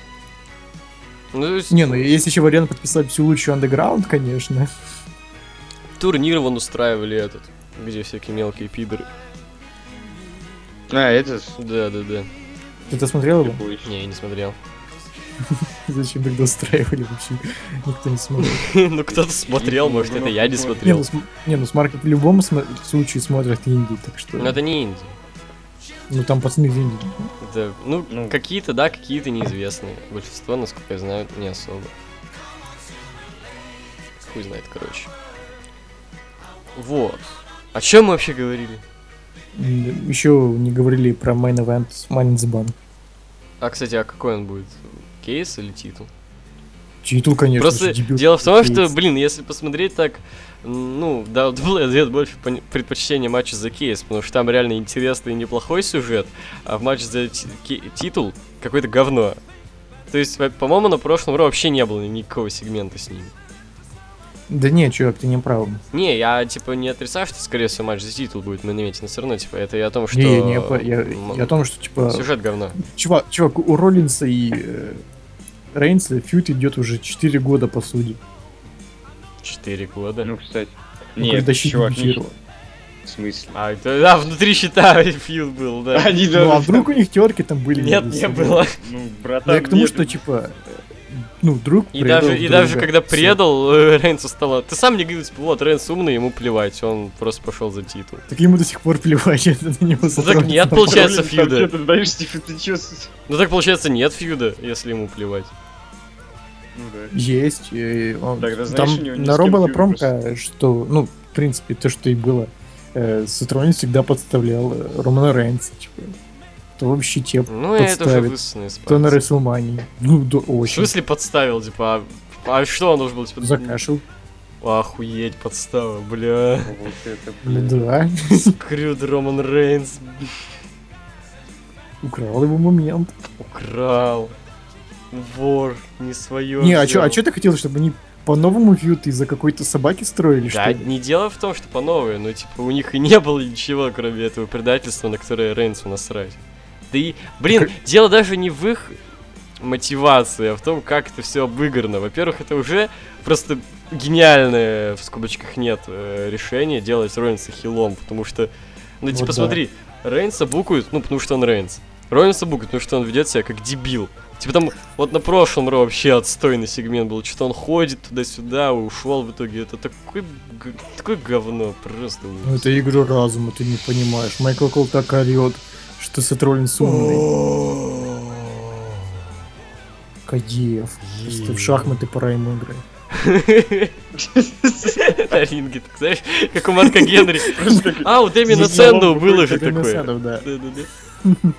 S1: Ну, то есть
S3: Не, ну есть еще вариант подписать всю лучшую андеграунд, конечно.
S1: турнир вон устраивали этот, где всякие мелкие пидоры.
S2: А, это... с- типа,
S1: Да, да, да.
S3: Ты это смотрел его?
S2: любой.
S1: Не, я не смотрел.
S3: Зачем тогда устраивали вообще? Никто не смотрел.
S1: Ну, кто-то смотрел, может, это я не
S3: Не, ну,
S1: смотрел.
S3: см- не, ну Смарк в любом см- случае смотрят Индии, так что...
S1: Но Ну, это не Индия.
S3: Ну там пацаны из Индии.
S1: Это, ну,
S2: Ну.
S1: какие-то, да, какие-то неизвестные. Большинство, насколько я знаю, не особо. Хуй знает, короче. Вот. О чем мы вообще говорили?
S3: М, Еще не говорили про Main Event с Money in the Bank.
S1: А, кстати, а какой он будет? Кейс или титул?
S3: Титул, конечно
S1: Просто
S3: же, дебют.
S1: дело в том, что,
S3: Есть.
S1: блин, если посмотреть так, ну, да, Double ответ больше пон- предпочтение матча за кейс, потому что там реально интересный и неплохой сюжет, а в матче за ти- ки- титул какое-то говно. То есть, во- по-моему, на прошлом Ро вообще не было никакого сегмента с ним.
S3: Да не, чувак, ты не прав.
S1: Не, я, типа, не отрицаю, что, скорее всего, матч за титул будет в мейн-ивенте, но все равно, типа, это и о том, что...
S3: Не, не, я по- я,
S1: м,
S3: я о том, что типа...
S1: Сюжет говно.
S3: Чувак, чувак, у Роллинса и э, Рейнса фьют идет уже 4 года, по сути.
S1: Четыре года.
S2: Ну, кстати.
S3: Ну,
S2: Нет,
S3: когда щит
S2: чувак, не...
S3: дебютировал.
S2: В смысле?
S1: А, это- да, внутри щита фьюз был, да.
S2: Они
S3: Ну, а
S2: даже-
S3: вдруг у них терки там были?
S1: Нет,
S3: между
S1: не
S3: собой?
S1: было.
S2: Ну, братан,
S3: Да я к тому,
S2: нет.
S3: что типа... э, Ну, друг
S1: И даже, и
S3: друга.
S1: даже когда
S3: Всё.
S1: предал, э, Рейнсу стало... Ты сам не говорил, типа, вот, Рейнс умный, ему плевать, он просто пошел за титул.
S3: Так ему до сих пор плевать, это на него
S1: Ну так нет, получается,
S2: Роллинс вообще,
S1: фьюда.
S2: Ты знаешь, типа, ты чё... с-
S1: Ну так получается, нет фьюда, если ему плевать.
S2: Ну да.
S3: Есть. э, он-
S2: Тогда, знаешь, у него
S3: Там
S2: ни
S3: на
S2: с кем
S3: Ро была
S2: фьюд
S3: промка, что, ну, в принципе, то, что и было. Э, Сатронин всегда подставлял э, Романа Рейнса, типа. То вообще те,
S1: Ну и это уже
S3: Подставит.
S1: высосанный из
S3: то на
S1: пальца.
S3: Рестлмании. Ну, да,
S1: В
S3: очень.
S1: смысле подставил, типа, а, а что он должен был, типа... «Ну,
S3: Закашил.
S1: Охуеть, подстава, бля.
S2: Вот это,
S3: Ну,
S2: блин.
S3: да.
S1: Скрюд Роман Рейнс
S3: Украл его момент.
S1: украл. Вор, не свое.
S3: Не, а чё, а чё ты хотел, чтобы они по-новому фьют из-за какой-то собаки строили,
S1: Да,
S3: что ли?
S1: не дело в том, что по новой, но типа у них и не было ничего, кроме этого предательства, на которое Рейнсу насрать. Да и, блин, дело даже не в их мотивации, а в том, как это все обыграно. Во-первых, это уже просто гениальное, в скобочках нет, э, решение делать Рейнса хилом, потому что, ну
S3: Вот
S1: типа
S3: да.
S1: смотри, Рейнса букают, ну потому что он Рейнс. Рейнса букают, потому что он ведет себя как дебил. Типа там вот на прошлом Ро вообще отстойный сегмент был, что он ходит туда-сюда, ушел в итоге. Это такой, г- такое говно, просто ужас.
S3: Ну, это игра разума, ты не понимаешь. Майкл Кол так орёт, что Сатролин умный. Кадеев. Просто в шахматы пора ему играть.
S1: На ринге, так знаешь, как у Марка Генри.
S2: Просто как-
S1: А, у Дэмина
S3: Здесь я
S1: Сэнду
S3: вам
S1: было же
S3: какой-то
S1: такое.
S3: Сэнду, да.
S1: Да-да-да.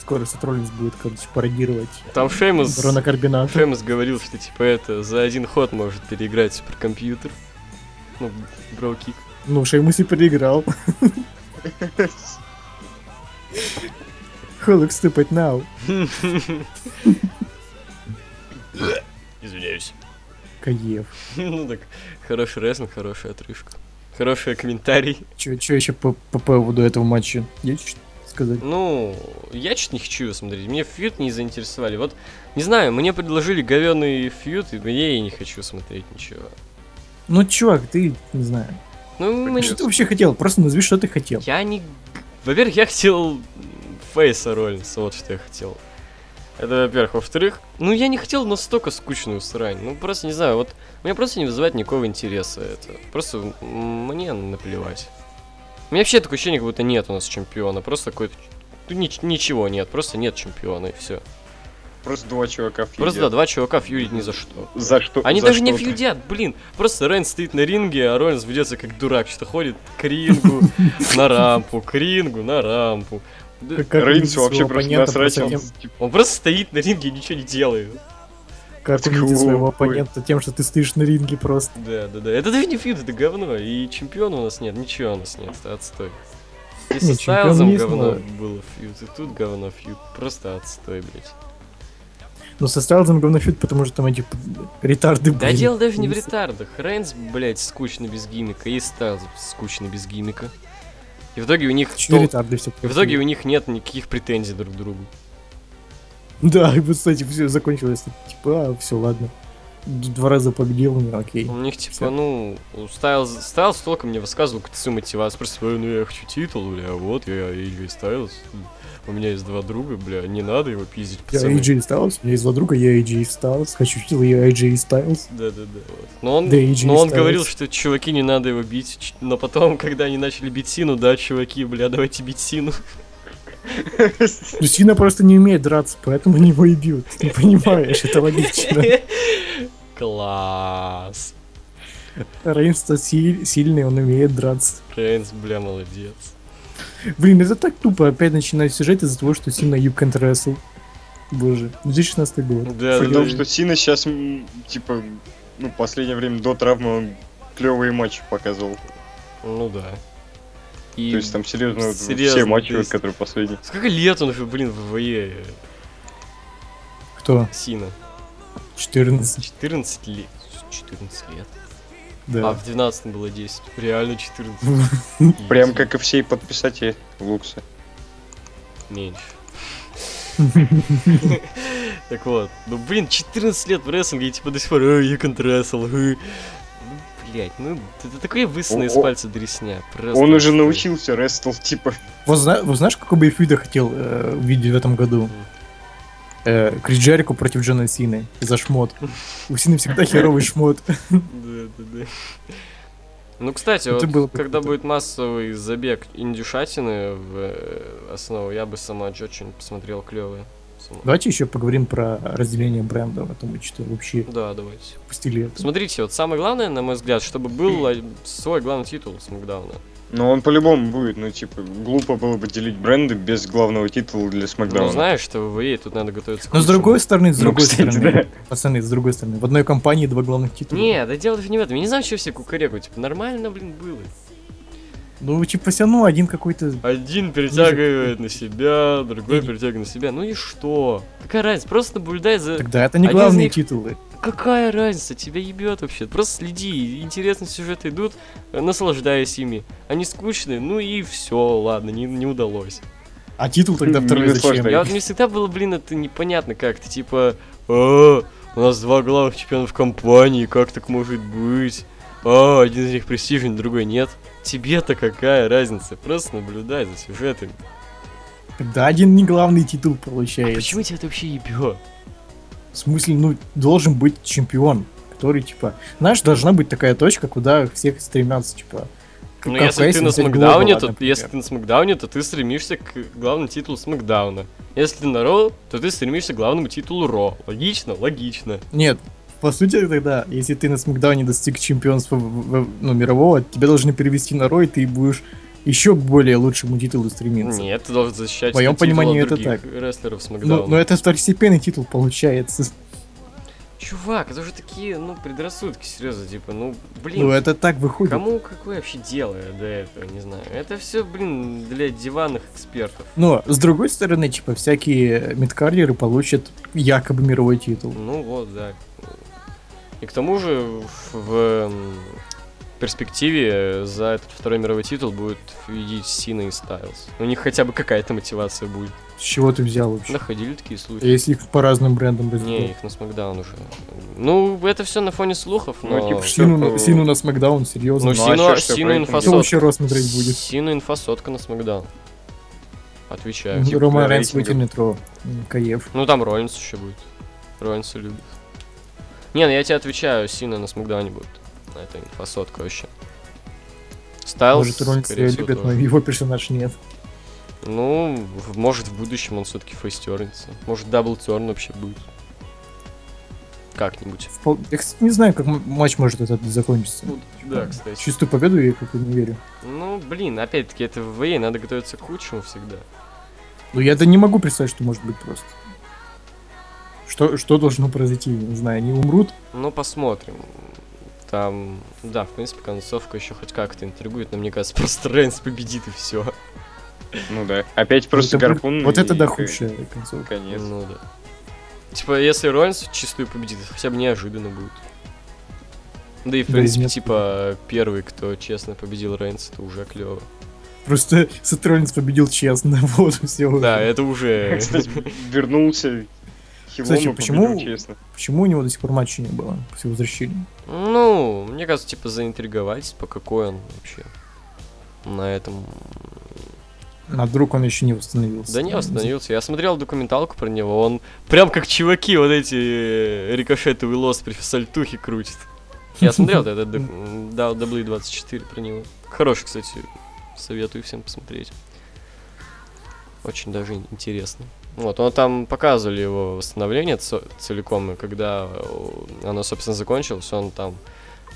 S3: Скоро Сатролинс будет, короче, пародировать
S1: Там Шеймус,
S3: Рона Карбина.
S1: Шеймус говорил, что типа это за один ход может переиграть суперкомпьютер. Ну, броукик.
S3: Ну, Шеймус и проиграл. How looks stupid now.
S1: Извиняюсь.
S3: Кадеев.
S1: Ну так, хороший рестлинг, хорошая отрыжка. Хороший комментарий.
S3: Чё, чё еще по, по поводу этого матча есть что сказать?
S1: Ну, я чуть не хочу его смотреть. Мне фьют не заинтересовали. Вот, не знаю, мне предложили говёный фьют, и я и не хочу смотреть ничего.
S3: Ну, чувак, ты, не знаю.
S1: Ну, мне-
S3: Что ты вообще хотел? Просто назови, что ты хотел.
S1: Я не... г- Во-первых, я хотел Фейса Роллинса, вот что я хотел. Это, во-первых. Во-вторых, ну я не хотел настолько скучную срань. Ну, просто не знаю, вот... У меня просто не вызывает никакого интереса это. Просто м, мне наплевать. У меня вообще такое ощущение, как будто нет у нас чемпиона. Просто какой-то... ну, нич- ничего нет, просто нет чемпиона, и все.
S2: Просто два чувака фьюдят.
S1: Просто да, два чувака фьюрить ни за что.
S2: За что?
S1: Они
S2: за
S1: даже не
S2: что-то.
S1: фьюдят, блин. Просто Рейн стоит на ринге, а Роллинс ведется как дурак. Что-то ходит к рингу, на рампу, к рингу, на рампу. Да,
S3: Как- как
S2: Рейнсу
S3: убить
S2: вообще
S3: своего
S2: просто
S3: оппонента,
S2: насрать.
S3: просто
S2: он,
S3: тем-
S2: типа,
S1: Он просто стоит на ринге и ничего не делает.
S3: как увидеть своего оппонента тем, что ты стоишь на ринге просто.
S1: Да, да, да. Это даже не фьюд, это говно. И чемпиона у нас нет, ничего у нас нет, это отстой. Здесь
S3: Не,
S1: со Стайлзом
S3: чемпион есть,
S1: говно было фьюд, и тут говно фьюд. Просто отстой, блядь.
S3: Но Ну, со Стайлзом говнофит, потому что там эти п- ретарды
S1: Да
S3: были.
S1: дело даже не в
S3: Ужас.
S1: ретардах. Рейнс, блядь, скучно без гиммика, и Стайлз скучно без гиммика. И в итоге у них...
S3: Чё
S1: тол-
S3: ретарды все.
S1: И Ну, в итоге у них нет никаких претензий друг к другу.
S3: Да, и вот, кстати, все закончилось. Типа, а, все, ладно. Д- Два раза победил, ну, окей.
S1: У них, типа,
S3: Всё.
S1: ну, у Стайлз, Стайлз толком не высказывал какую-то мотивацию. Просто, «Ой, ну я хочу титул, бля, вот я AJ Стайлз. м, У меня есть два друга, бля, не надо его пиздить,
S3: Я
S1: пацаны.
S3: AJ Styles, у меня есть два друга, я AJ Styles, хочу титул, я AJ Styles.
S1: Да-да-да. вот. Но он,
S3: Да, AJ
S1: но он
S3: Styles.
S1: говорил, что чуваки, не надо его бить. Ч- Но потом, когда они начали бить Сину, да, чуваки, бля, давайте бить Сину.
S3: Ну, Сина просто не умеет драться, поэтому они его и бьют. Ты не понимаешь, это логично.
S1: Класс.
S3: Рейнс сильный, он умеет драться.
S1: Рейнс, бля, молодец.
S3: Блин, это так тупо. Опять начинаю сюжет из-за того, что Сина You Can't Wrestle. Боже, 2016 год.
S1: Да,
S2: При
S1: да,
S2: том,
S1: да.
S2: что Сина сейчас, типа, ну, последнее время до травмы он клевые матчи показывал.
S1: Ну да. И
S2: То есть там серьезно, вот все
S1: серьезно,
S2: матчи,
S1: то
S2: вот,
S1: есть-
S2: которые последние.
S1: сколько лет он, уже, блин, в ВВЕ
S3: Кто?
S1: Сина?
S3: 14,
S1: 14 лет. 14 лет. А
S3: да.
S1: в 12 было 10. Реально 14.
S2: Прям
S1: Ебать.
S2: как и все подписатели Лукса.
S1: Меньше. Так вот, ну блин, 14 лет в рестлинге, и типа до сих пор, ой, я контрасл, ну, блять, ну, это такой высосанный из
S2: О- о-
S1: пальца дресня, просто.
S2: Он уже
S1: отстой.
S2: научился рестл, типа.
S3: Вот, зна- вот знаешь, какой бы эфир я хотел э, увидеть в этом году? Э, Крис Джерико против Джона Сины за шмот. У Сины всегда херовый шмот.
S1: Да, да, да. Ну, кстати,
S3: Это
S1: вот
S3: было бы
S1: когда
S3: круто.
S1: будет массовый забег индюшатины в э, основу, я бы сама Джо что-нибудь посмотрел клевое.
S3: Давайте еще поговорим про разделение брендов, а то мы что-то вообще
S1: Да, давайте.
S3: пустили это.
S1: Смотрите, вот самое главное, на мой взгляд, чтобы был э, свой главный титул с Макдауна.
S2: Но он по-любому будет, ну, типа, глупо было бы делить бренды без главного титула для
S1: Ну,
S2: Смакдауна.
S1: знаешь, что в ВВЕ тут надо готовиться к
S3: Но с
S1: худшему.
S3: другой стороны, с
S2: Ну,
S3: другой
S2: кстати,
S3: стороны, пацаны, с другой стороны, в одной компании два главных титула.
S1: Не, да дело даже не в этом. Я не знаю, что все кукарекают. Типа, нормально, блин, было.
S3: Ну, типа, все равно один какой-то...
S1: Один перетягивает на себя, другой перетягивает на себя. Ну и что? Какая разница? Просто наблюдай за...
S3: Тогда это не
S1: Э, Один из
S3: главные
S1: них-
S3: титулы.
S1: Какая разница? Тебя ебет вообще. Просто следи. Интересные сюжеты идут, э, наслаждаясь ими. Они скучные, ну и все, ладно, не, не удалось.
S3: А титул тогда
S2: Не
S3: второй зачем?
S2: наслаждайся.
S1: Я вот мне всегда было, блин, это непонятно как-то. Типа, «А, у нас два главных чемпионов компании, как так может быть? А, один из них престижен, другой нет. Тебе-то какая разница? Просто наблюдай за сюжетами.
S3: Тогда один не главный титул
S1: А
S3: получается.
S1: почему тебя это вообще ебет?
S3: В смысле, ну, должен быть чемпион, который, типа... Знаешь, должна быть такая точка, куда всех стремятся, типа... как-
S1: Ну,
S3: как в
S1: если ты на
S3: рестлинге
S1: Смакдауне,
S3: Global,
S1: то
S3: например.
S1: если ты на Смакдауне, то ты стремишься к главному титулу Смакдауна. Если ты на Ро, то ты стремишься к главному титулу Ро. Логично, логично.
S3: Нет, по сути тогда, если ты на Смакдауне достиг чемпионства в- в- ну, мирового, тебя должны перевести на Рой, и ты будешь еще к более лучшему титулу стремиться.
S1: Нет, ты должен защищать
S3: В моем
S1: титул от
S3: понимании это
S1: других
S3: так. Ну,
S1: рестлеров Смакдауна.
S3: Но, но это второстепенный титул получается.
S1: Чувак, это уже такие, ну, предрассудки, серьезно, типа, ну, блин,
S3: Ну это так выходит.
S1: кому какое вообще дело до этого, не знаю. Это все, блин, для диванных экспертов.
S3: Но с другой стороны, типа всякие мидкардеры получат якобы мировой титул.
S1: Ну вот, да. И к тому же в, в, м, перспективе за этот второй мировой титул будет видеть Сина и Стайлз. У них хотя бы какая-то мотивация будет.
S3: С чего ты взял вообще?
S1: Находили такие слухи.
S3: Если их по разным брендам
S1: Не,
S3: разделить.
S1: их на Смакдаун уже. Ну, это все на фоне слухов,
S2: Ну,
S1: но...
S2: типа,
S3: Сину,
S2: Ну,
S3: на- Сину на Смакдаун,
S1: Ну,
S3: серьезно.
S2: а
S1: Сину,
S2: чё ж я
S1: Сину
S2: поэтому
S1: инфа
S2: делаю?
S3: Кто
S1: сотка.
S3: еще раз смотреть будет?
S1: Сину инфа сотка на Смакдаун. Отвечаю.
S2: типа,
S3: Рома
S2: для
S3: Рейнс
S2: рейтинга.
S3: вытянет Ро. М, Каев.
S1: Ну там Роллинс еще будет. Роллинса любит. Не, ну я тебе отвечаю, Сина на Смакдауне будет. Это инфа сотка вообще. Стайлз,
S3: Может, Роллинс
S1: скорее всего,
S3: любит, но
S1: тоже.
S3: его персонаж нет.
S1: Ну, в- может, в будущем он все-таки фейстернится. Может, дабл терн вообще будет. Как-нибудь.
S3: Впол- Я, кстати, не знаю, как м- матч может этот закончиться.
S1: да, кстати.
S3: Чистую победу я как-то не верю.
S1: Ну, блин, опять-таки, это в ВВЕ, надо готовиться к худшему всегда.
S3: Ну, Но я это не могу представить, что может быть просто. Что, что должно произойти, не знаю, они умрут?
S1: Ну, посмотрим. Там, да, в принципе, концовка еще хоть как-то интригует, но мне кажется, просто Рейнс победит и все.
S2: Ну да. Опять просто
S3: Это будет-
S2: гарпун.
S3: Вот
S2: и-
S3: это да
S2: и
S3: худшая концовка.
S2: Конец.
S1: Ну да. Типа, если Роллинс чистую победит, это хотя бы неожиданно будет. Да и, в
S3: Да и
S1: принципе,
S3: нет.
S1: типа, первый, кто честно победил Рейнс, это уже клево.
S3: Просто Сет Роллинс победил честно, вот все.
S1: Да, это уже...
S2: Кстати, вернулся.
S3: Кстати,
S2: Хилом и
S3: почему-
S2: победил, честно.
S3: Почему у него до сих пор матча не было? Все возвращили.
S1: Ну, мне кажется, типа, заинтриговать, типа, какой он вообще на этом...
S3: А вдруг он еще не восстановился?
S1: Да не остановился. Я смотрел документалку про него, он прям как чуваки вот эти э, рикошетовый лос при сальтухе крутит. Я смотрел этот док- да, W24 про него. Хороший, кстати, советую всем посмотреть. Очень даже ин- интересно. Вот, он там показывали его восстановление цо- целиком, и когда э, оно, собственно, закончилось, он там,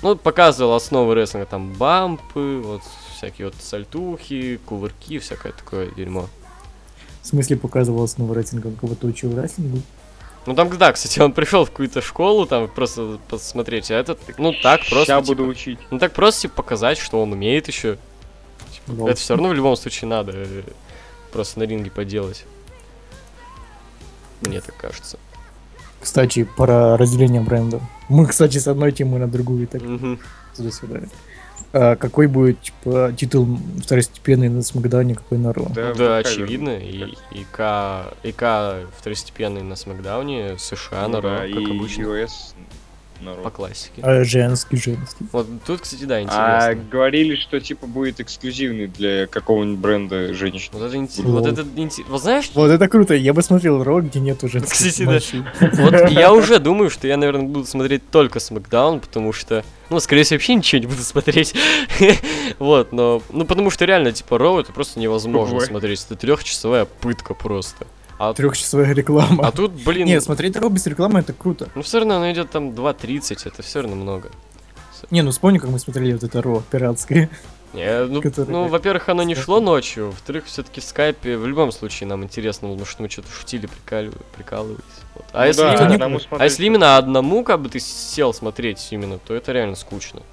S1: ну, показывал основы рестлинга, там, бампы, вот, всякие вот сальтухи, кувырки, всякое такое дерьмо.
S3: В смысле показывал основу рейтинга, он кого-то учил рейтингу?
S1: Ну там, да, кстати, он пришел в какую-то школу, там просто посмотреть, а этот, ну так просто.
S2: Я
S1: типа,
S2: буду учить.
S1: Ну так просто типа, показать, что он умеет еще.
S3: Лол.
S1: Типа, Это все равно в любом случае надо э, просто на ринге поделать. Мне так кажется.
S3: Кстати, про разделение бренда. Мы, кстати, с одной темы на другую и так
S1: Мгм.
S3: туда-сюда. А какой будет типа, титул второстепенный на Смакдауне, какой на Ро?
S1: Да,
S2: вот так же.
S1: очевидно. И ИК, ИК второстепенный на Смакдауне, США,
S2: Ну
S1: на Ро,
S2: да,
S1: как
S2: и
S1: обычно,
S2: US на Ро.
S1: по классике.
S3: А, женский, женский.
S1: Вот тут, кстати, да,
S2: А
S1: интересно.
S2: говорили, что типа будет эксклюзивный для какого-нибудь бренда женщин.
S1: Вот это, инте-
S3: Лол.
S1: вот это, инте- вот знаешь,
S3: Вот это круто, я бы смотрел Ро, где нет уже.
S1: Кстати, да. Вот я уже думаю, что я, наверное, буду смотреть только Смакдаун, потому что, ну, скорее всего, вообще ничего не буду смотреть. Вот, но, ну, потому что реально, типа, Роу это просто невозможно
S2: Ой.
S1: смотреть. Это трехчасовая пытка просто. А,
S3: Трехчасовая
S1: а
S3: реклама.
S1: тут, блин,
S3: Не, смотреть Ро без рекламы это круто.
S1: ну, все равно она идет там 2.30, это все равно много.
S3: Не, ну вспомни, как мы смотрели вот это Ро пиратское.
S1: Не, ну,
S3: Который-
S1: ну, во-первых, оно не шло
S3: Скайпе.
S1: ночью, во-вторых, все-таки в скайпе в любом случае нам интересно, потому что мы что-то шутили, прикалив- прикалывались. Вот. А
S2: Ну
S1: если
S2: да,
S1: именно
S3: они-
S2: одному
S1: А если
S2: смотреть-
S1: именно одному, как бы ты сел смотреть именно, то это реально скучно.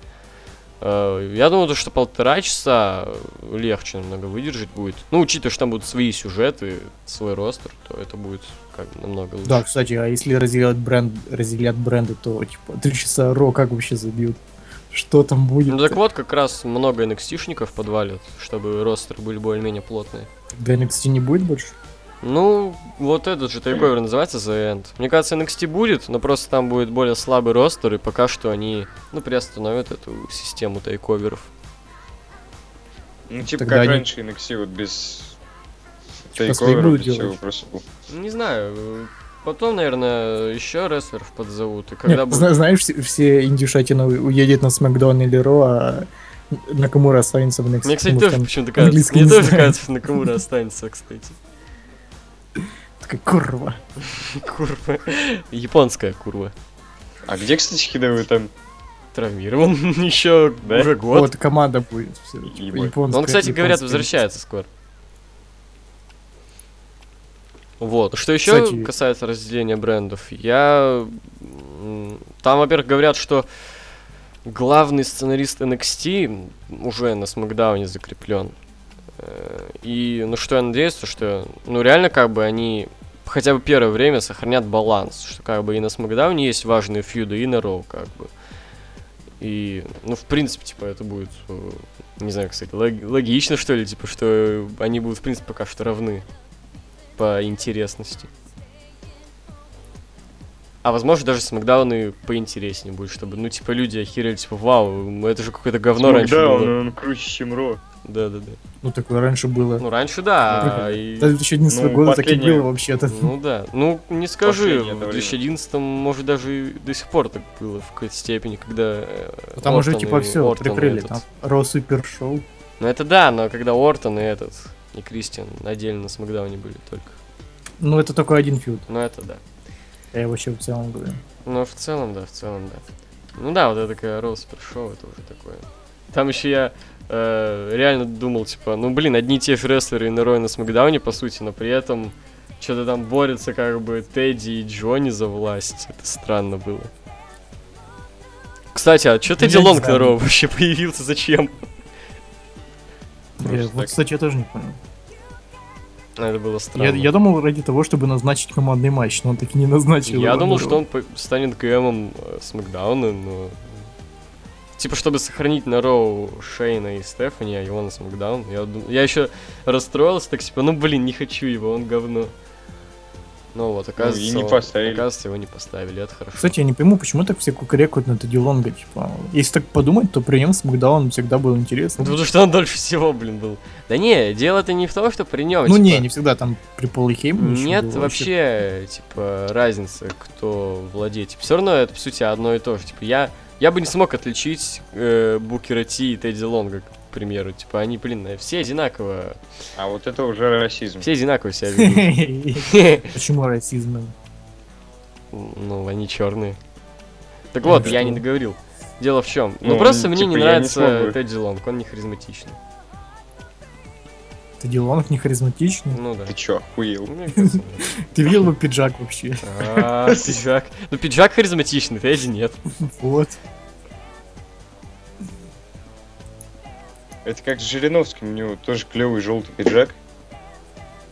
S1: Э, Я думаю, то, что полтора часа легче намного выдержать будет. Ну, учитывая, что там будут свои сюжеты, свой ростер, то это будет как бы намного лучше.
S3: Да, кстати, а если разделят бренд, разделят бренды, то типа три часа Ро как вообще забьют? Что там будет?
S1: Ну так вот, как раз много NXT-шников подвалят, чтобы ростеры были более-менее плотные.
S3: Тогда NXT не будет больше?
S1: Ну, вот этот же тайковер называется The End. Мне кажется, NXT будет, но просто там будет более слабый ростер, и пока что они, ну, приостановят эту систему тайковеров.
S2: Ну, типа
S3: Тогда
S2: как
S3: они-
S2: раньше NXT, вот без
S3: свои
S2: тейковера,
S3: будут
S2: без всего
S3: делать.
S2: просто был.
S1: Не знаю. э, Потом, наверное, еще рестлеров подзовут. И когда
S3: Не,
S1: будет...
S3: зна- Знаешь, все, все индюшатина у- уедет на Смакдаун или Ро, а Накамура останется в NXT.
S1: Мне, кстати,
S3: потому
S1: тоже
S3: что
S1: почему-то кажется.
S3: английский
S1: Мне
S3: не
S1: тоже
S3: знаю.
S1: кажется, что Накамура останется, кстати.
S3: он такая, курва.
S1: Курва. Японская курва.
S2: А где, кстати, Хидео там?
S1: Травмирован еще
S2: Да?
S1: уже
S3: Вот.
S1: год.
S3: команда будет. всё, типа,
S2: Ебать.
S3: японская-
S1: Ну, Он, кстати, говорят,
S3: японская.
S1: возвращается скоро. Вот. Что еще
S3: Кстати-
S1: касается разделения брендов, я... м, Там, во-первых, говорят, что главный сценарист NXT уже на Смакдауне закреплен. Э, И, ну, что я надеюсь, то что, ну, реально, как бы они хотя бы первое время сохранят баланс, что как бы и на Смакдауне есть важные фьюды, и на Роу, как бы. И, ну, в принципе, типа, это будет, э, не знаю, кстати, логично, что ли, типа, что они будут, в принципе, пока что равны по интересности. А возможно, даже Смакдаун и поинтереснее будет, чтобы, ну, типа, люди охерели, типа, вау, это же какое-то говно раньше
S2: Ну да, он,
S1: было.
S2: он круче, чем Ро.
S1: Да-да-да.
S3: Ну, такое раньше было.
S1: Ну, раньше да. а и-
S3: До 2011
S2: ну,
S3: года так и
S2: последнее.
S3: было вообще-то.
S1: Ну да. Ну, не скажи,
S2: Последнее это
S1: в
S2: время.
S1: 2011 может, даже и до сих пор так было в какой-то степени, когда... э,
S3: Там уже
S1: Ортон
S3: типа
S1: и
S3: все
S1: Ортон и
S3: прикрыли.
S1: этот-
S3: Там Ро Супер Шоу.
S1: Ну это да, но когда Ортон и этот, и Кристиан отдельно на Смакдауне были только.
S3: Ну, это только один фьюд.
S1: Ну это да.
S3: Я вообще в целом говорю.
S1: Но в целом, да, в целом, да. Ну да, вот это такая Роуз пришел, это уже такое. Там еще я э, реально думал, типа, ну блин, одни и те же рестлеры и на Рой на Смакдауне, по сути, но при этом Что-то там борются как бы Тедди и Джонни за власть. Это странно было. Кстати, а что Тедди
S3: Ну, Я не
S1: Лонг на
S3: знаю.
S1: Роу вообще появился? Зачем?
S3: Я-
S2: Просто
S3: вот,
S2: так.
S3: кстати, я тоже не понял.
S1: Ну, Это было странно.
S3: Я, я думал ради того, чтобы назначить командный матч, но он так и не назначил.
S1: Я
S3: его,
S1: думал,
S3: ну,
S1: что он по- станет ГМом э, Смакдауна, но... Типа, чтобы сохранить на Роу Шейна и Стефани, а его на Смакдаун. Я, дум- я еще расстроился, так типа, ну блин, не хочу его, он говно. Ну вот, оказывается,
S2: не
S1: он-
S2: поставили.
S1: оказывается, его не поставили, это хорошо.
S3: Кстати, я не пойму, почему так все кукарекают на Тедди Лонга, типа. Если так подумать, то прием с Макдауном всегда был
S1: Ну,
S3: интересно.
S1: потому что он дольше всего, блин, был. Да не, дело-то не в том, что при нем,
S3: Ну
S1: типа,
S3: не, не всегда там при Поле Хеймане ещё
S1: Нет
S3: было
S1: вообще, типа, разницы, кто владеет. Типа, все равно это, по сути, одно и то же. Типа, я, я бы не смог отличить э, Букера Ти и Тедди Лонга, к примеру. Типа, они, блин, э, все одинаво,
S2: А вот это уже расизм.
S1: все одинаково себя ведут.
S3: вообще. Почему расизм?
S1: Ну, они черные. Так вот,
S3: Ну,
S1: я
S3: что?
S1: не договорил. Дело в чем? Ну,
S2: Ну,
S1: просто мне
S2: типа,
S1: не
S2: я не смог
S1: нравится
S2: бы.
S1: Тедди Лонг, он не харизматичный.
S3: Тедди Лонг не харизматичный.
S1: Ну да.
S2: Ты чё, охуел?
S1: Мне кажется, нет.
S3: Ты видел его пиджак вообще?
S1: А, пиджак. Ну, пиджак харизматичный, Тедди нет.
S3: Вот.
S2: Это как с Жириновским, у него тоже клевый желтый пиджак.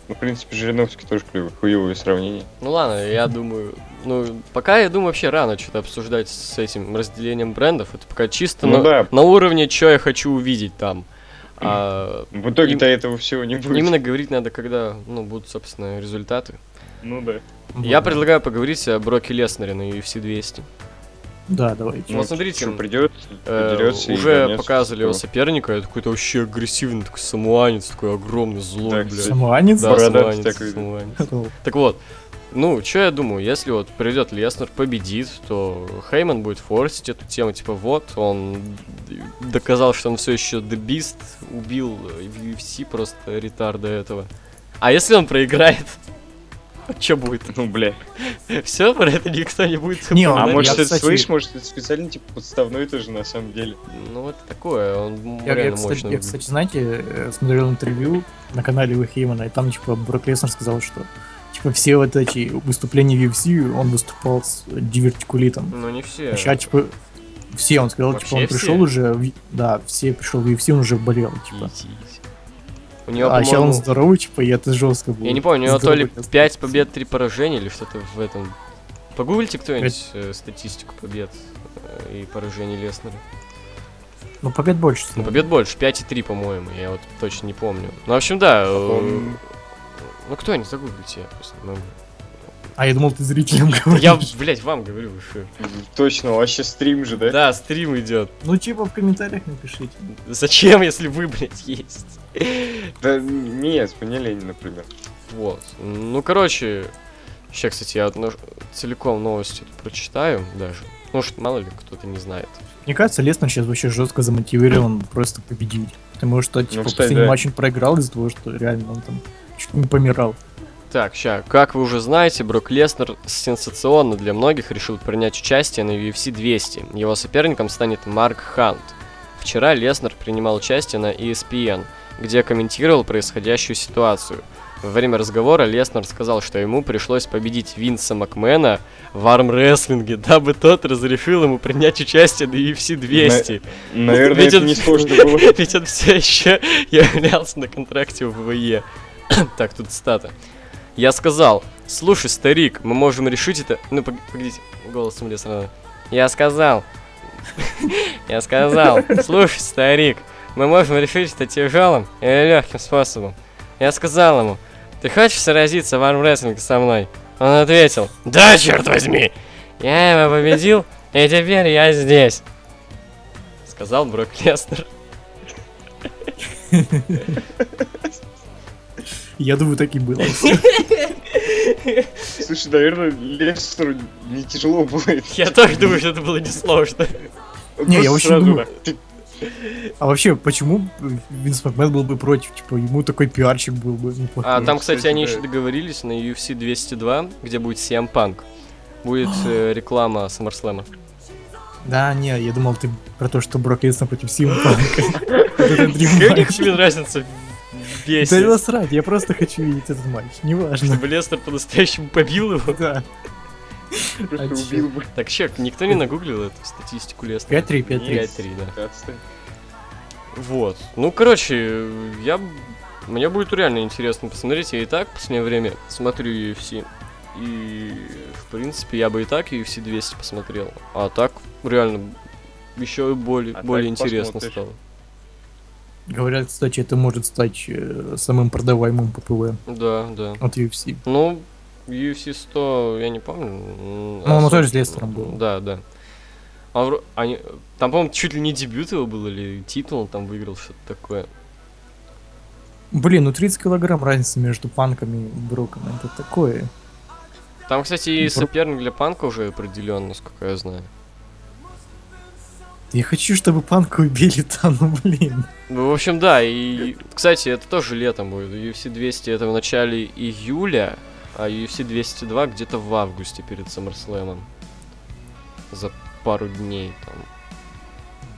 S2: Ну, в принципе, Жириновский тоже клевый, хуевое сравнение.
S1: Ну ладно, я думаю, ну пока я думаю вообще рано что-то обсуждать с этим разделением брендов. Это пока чисто
S2: Ну
S1: на,
S2: да.
S1: на уровне, что я хочу увидеть там. А
S2: В итоге-то этого всего не будет.
S1: именно говорить надо, когда ну, будут, собственно, результаты.
S2: Ну да.
S1: Я предлагаю поговорить о Броке ну Леснаре на UFC 200.
S3: Да, давайте.
S1: Ну, смотрите,
S2: Что придет,
S1: Э,
S2: придется и
S1: уже
S2: вернется.
S1: показывали его
S2: Что?
S1: соперника, это какой-то вообще агрессивный такой самуанец, такой огромный, злой,
S2: Так,
S1: блядь.
S3: Самуанец?
S1: Да,
S2: Бородатый
S1: самуанец,
S2: такой.
S1: самуанец.
S3: Здорово.
S1: Так вот, ну, что я думаю, если вот придет Леснер, победит, то Хейман будет форсить эту тему, типа, вот, он д- доказал, что он все еще дебист, убил э, в UFC просто ретарда этого. А если он проиграет? Что будет?
S2: Ну, бля.
S1: Все, про это никто не будет
S2: А
S3: Не, я,
S1: упоминать.
S2: может, это,
S3: кстати-
S2: слышишь, может, это специально, типа, подставной тоже, на самом деле.
S1: Ну, это такое, он
S3: Я, я,
S1: Ну, реально
S3: кстати,
S1: мощный.
S3: я, кстати, знаете, э, смотрел интервью на канале Уилла Хеймана, и там, типа, Брок Леснер сказал, что, типа, все вот эти выступления в UFC, он выступал с дивертикулитом.
S1: Ну, не все.
S3: А сейчас, типа, все, он сказал,
S1: Вообще
S3: типа, он
S1: все?
S3: пришел уже, в- да, все пришел в UFC, он уже болел, типа.
S1: Идите. У него,
S3: а сейчас он
S1: по-моему,
S3: здоровый, типа, и это жестко было.
S1: Я не помню, у него то ли
S3: Здоровый Леснер.
S1: 5 побед, 3 поражения или что-то в этом. Погуглите кто-нибудь э, статистику побед э, и поражений Леснера.
S3: Ну, побед больше.
S1: Ну,
S3: кстати.
S1: побед больше, 5 и 3, по-моему, я вот точно не помню. Ну, в общем, да. э,
S2: Он-
S1: Ну, кто-нибудь, загуглите, я просто не могу.
S3: А я думал, ты зрителям говоришь.
S1: Я, блядь, вам говорю, вы что?
S2: Точно, вообще стрим же, да?
S1: Да, стрим идет.
S3: Ну, типа, в комментариях напишите.
S1: Зачем, если вы, блядь, есть?
S2: Да нет, мне лень, например.
S1: Вот. Ну, короче, сейчас, кстати, я одно- целиком новости прочитаю даже. Ну, что, мало ли, кто-то не знает.
S3: Мне кажется, Леснер сейчас вообще жестко замотивирован просто победить. Потому что, типа,
S2: Ну, кстати,
S3: последний
S2: да.
S3: матч он проиграл из-за того, что реально он там чуть не помирал.
S1: Так, ща, как вы уже знаете, Брок Леснер сенсационно для многих решил принять участие на UFC 200. Его соперником станет Марк Хант. Вчера Леснер принимал участие на E ESPN, где комментировал происходящую ситуацию. Во время разговора Леснер сказал, что ему пришлось победить Винса Макмена в армрестлинге, дабы тот разрешил ему принять участие на UFC 200.
S2: Наверное, это
S1: Видит-
S2: не сложно было.
S1: Ведь он все еще являлся на контракте в ВВЕ. так, тут стата. Я сказал, слушай, старик, мы можем решить это... Ну, пог- погодите, голосом лес рано. Я сказал. Я сказал, слушай, старик, мы можем решить это тяжелым или легким способом. Я сказал ему, ты хочешь сразиться в армрестлинге со мной? Он ответил, да, черт возьми! Я его победил, и теперь я здесь. Сказал Брок Леснер.
S3: Я думаю, так и было.
S2: Слушай, наверное, Лестеру не тяжело будет.
S1: Я так думаю, что это было несложно.
S3: Не, я
S2: Просто
S3: очень
S2: сразу
S3: думаю.
S2: так, ты-
S3: А вообще, почему Винс Макмен был бы против? Типа, ему такой пиарчик был бы неплохой.
S1: А там, кстати,
S2: Ну, кстати,
S1: они
S2: да.
S1: еще договорились на UFC 202, где будет CM Punk. Будет э, реклама Саммерслэма.
S3: Да, не, я думал, ты про то, что Брок Леснер против Сима Панка. Вот это три
S1: Какая
S3: матча.
S1: тебе разница?
S3: Да и
S1: бесит.
S3: насрать, я просто хочу видеть этот матч, неважно.
S1: Чтобы Лестер по-настоящему побил его.
S3: Да.
S2: Просто
S3: А чё?
S2: убил бы.
S1: Так, чек, никто не нагуглил эту статистику Лестера?
S3: 5-3, 5-3.
S1: 5-3, да.
S2: Да, отстань.
S1: Вот. Ну, короче, я... б- Мне будет реально интересно посмотреть. Я и так в последнее время смотрю UFC. И, в принципе, я бы и так UFC 200 посмотрел. А так, реально, еще и более,
S2: А так
S1: более интересно
S2: посмотришь.
S1: стало.
S3: Говорят, кстати, это может стать э, самым продаваемым ППВ
S1: Да, да.
S3: от UFC.
S1: Ну, UFC 100, я не помню. м,
S3: Ну, оно
S1: особ-
S3: тоже с Лестером было.
S1: Да, да. А вро- они- Там, по-моему, чуть ли не дебют его был, или титул он там выиграл, что-то такое.
S3: Блин, ну 30 килограмм разница между панками и броком, это такое.
S1: Там, кстати, и
S3: Бро-
S1: соперник для панка уже определен, насколько я знаю.
S3: Я хочу, чтобы панка убили там, ну блин.
S1: Ну, в общем, да, и, кстати, это тоже летом будет. UFC 200 это в начале июля, а UFC 202 где-то в августе перед SummerSlam. За пару дней там.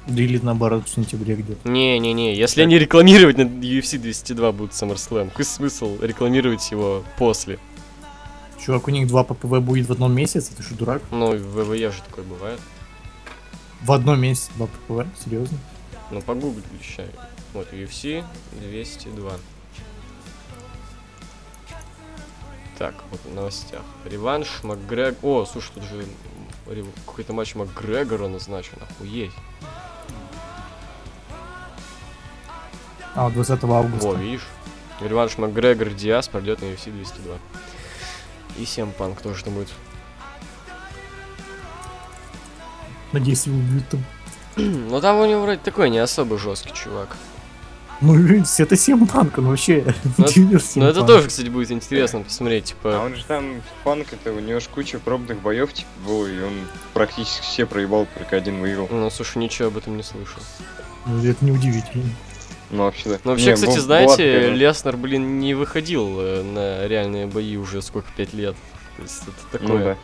S3: Да Или наоборот, в сентябре где-то.
S1: Не-не-не, если они рекламировать на UFC 202 будут SummerSlam, какой смысл рекламировать его после?
S3: Чувак, у них два ППВ будет в одном месяце, ты что, дурак?
S1: Ну, в ВВЕ же такое бывает.
S3: В одном месяце два ППВ? Серьезно?
S1: Ну, погуглить еще. Вот, UFC 202. Так, вот в новостях. Реванш Макгрегор... О, слушай, тут же м, рев- какой-то матч Макгрегора назначен. Охуеть.
S3: А, вот 20 августа.
S1: Во, видишь? Реванш Макгрегор Диас пройдет на UFC 202. И Сем Панк тоже там будет.
S3: Надеюсь, его убьют там.
S1: Но Ну, там у него вроде такой не особо жесткий чувак.
S3: Ну, видите, это 7 панка, ну вообще.
S1: Ну,
S3: дилер
S1: Но это
S3: Симпанк.
S1: тоже, кстати, будет интересно посмотреть,
S2: А
S1: типа...
S2: он же там фанк, это у него ж куча пробных боев типа было, и он практически все проебал, только один выиграл.
S1: Ну, слушай, ничего об этом не слышал.
S3: Ну, Это неудивительно.
S2: Ну вообще да.
S1: Ну, вообще,
S2: Не,
S1: кстати,
S2: был- была такая,
S1: знаете,
S2: да.
S1: Леснер, блин, не выходил э, на реальные бои уже сколько, пять лет. То есть это такое.
S2: Ну
S1: Ну,
S2: да.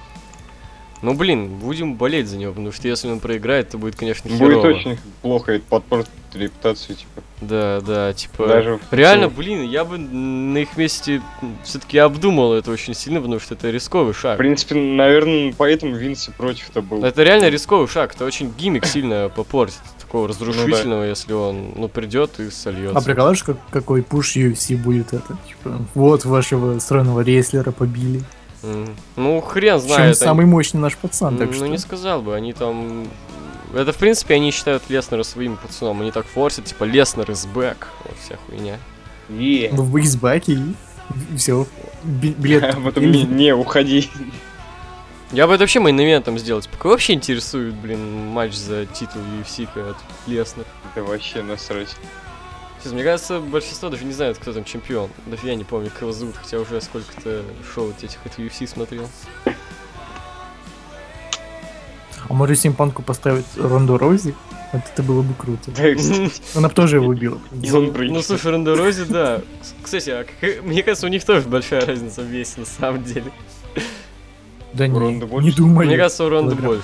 S1: блин, будем болеть за него, потому что если он проиграет, то будет, конечно, херово.
S2: Будет очень плохо, это подпортит репутацию, типа.
S1: Да, да, типа...
S2: Даже в-
S1: Реально, блин, я бы на их месте все-таки обдумал это очень сильно, потому что это рисковый
S2: В
S1: шаг.
S2: принципе, наверное, поэтому Винси против-то был.
S1: Это реально рисковый шаг, это очень гиммик сильно попортит, такого
S2: Ну
S1: разрушительного, если он, ну, придет и сольется.
S3: А прикалываешь, как, какой пуш UFC будет это? Типа, вот вашего сраного рестлера побили.
S1: М. Ну, хрен
S3: Причем
S1: знает. они-
S3: самый мощный наш пацан, А, так
S1: ну,
S3: что...
S1: не сказал бы, они там... Это, в принципе, они считают Леснера своим пацаном. Они так форсят, типа, Леснер из бэк. Вот вся хуйня.
S2: Е.
S3: Ну, в бейсбаке и, все. билет.
S2: а Потом не, не, уходи.
S1: Я бы это вообще мейн-ивентом сделал. Типа, кого вообще интересует, блин, матч за титул UFC от Леснер?
S2: Это вообще насрать.
S1: Сейчас, мне кажется, большинство даже не знают, кто там чемпион. Даже я не помню, как его зовут, хотя уже сколько-то шоу от этих от UFC смотрел.
S3: А может, Симпанку поставить Ронду Рози? Вот это было бы круто.
S2: Да, кстати,
S3: Она бы тоже его убила.
S2: И он
S1: Ну,
S2: прыгнет.
S1: слушай, Ронда Рози, да. С- Кстати, а как- мне кажется, у них тоже большая разница в весе, на самом деле.
S3: Да не,
S2: Ронда
S3: не
S2: больше?
S3: думай.
S1: Мне кажется, у Ронды
S3: килограмм.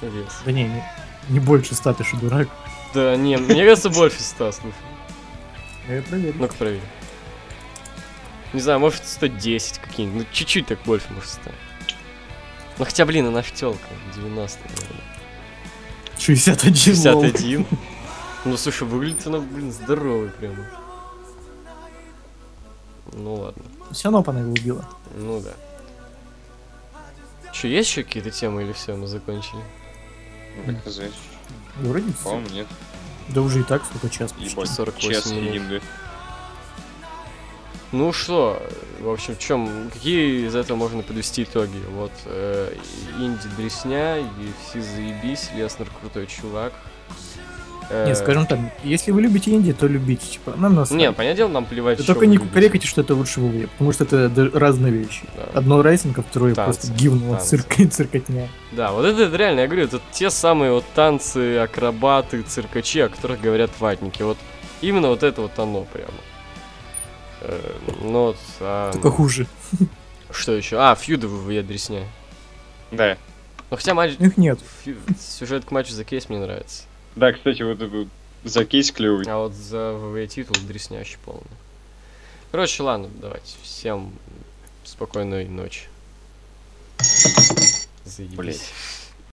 S1: больше вес.
S3: Да не, не, не больше ста, ты что, дурак?
S1: Да, не, мне кажется, больше 100, слушай.
S3: Я проверю.
S1: ну, Ну-ка проверь. Не знаю, может 110 какие-нибудь. Ну, чуть-чуть так больше, может 100. Ну, хотя, блин, она в тёлка. 90, наверное.
S3: 61.
S1: 51. Ну, слушай, выглядит она, блин, здоровой прямо. Ну, ладно.
S3: Все равно бы она его убила.
S1: Ну, да. Че, есть еще какие-то темы или все, мы закончили?
S2: Так, знаешь,
S3: Да Ну, Вроде все.
S2: ну, По-моему, нет.
S3: Да уже и так сколько час. почти.
S2: Ебать,
S1: 48
S2: час
S1: минут.
S2: едим, да.
S1: Ну что, в общем, в чем, какие из этого можно подвести итоги? Вот э, Инди дресня, UFC заебись, Леснер крутой чувак. Э,
S3: Нет, скажем так, если вы любите Инди, то любите, типа, нам нас.
S1: Не, понятное дело, нам плевать.
S3: Вы
S1: что
S3: только
S1: вы
S3: не
S1: любите.
S3: кукарекайте, что это лучше ВВЕ, потому что это д- разные вещи.
S1: Да.
S3: Одно рейсинг, а второе
S1: Танцы,
S3: просто гивно,
S1: танцы.
S3: цирк и циркотня.
S1: Да, вот это, это реально, я говорю, это те самые вот танцы, акробаты, циркачи, о которых говорят ватники. Вот именно вот это вот оно прямо. Э, ну вот, а,
S3: Только хуже.
S1: что еще? А, фьюды в я дресня.
S2: Да.
S1: Ну хотя матч,
S3: Их нет.
S1: фью- сюжет к матчу за кейс мне нравится.
S2: Да, кстати, вот это за кейс клевый.
S1: А вот за ВВЕ титул дреснящий полный. Короче, ладно, давайте. Всем спокойной ночи. Заебись.
S2: Блять.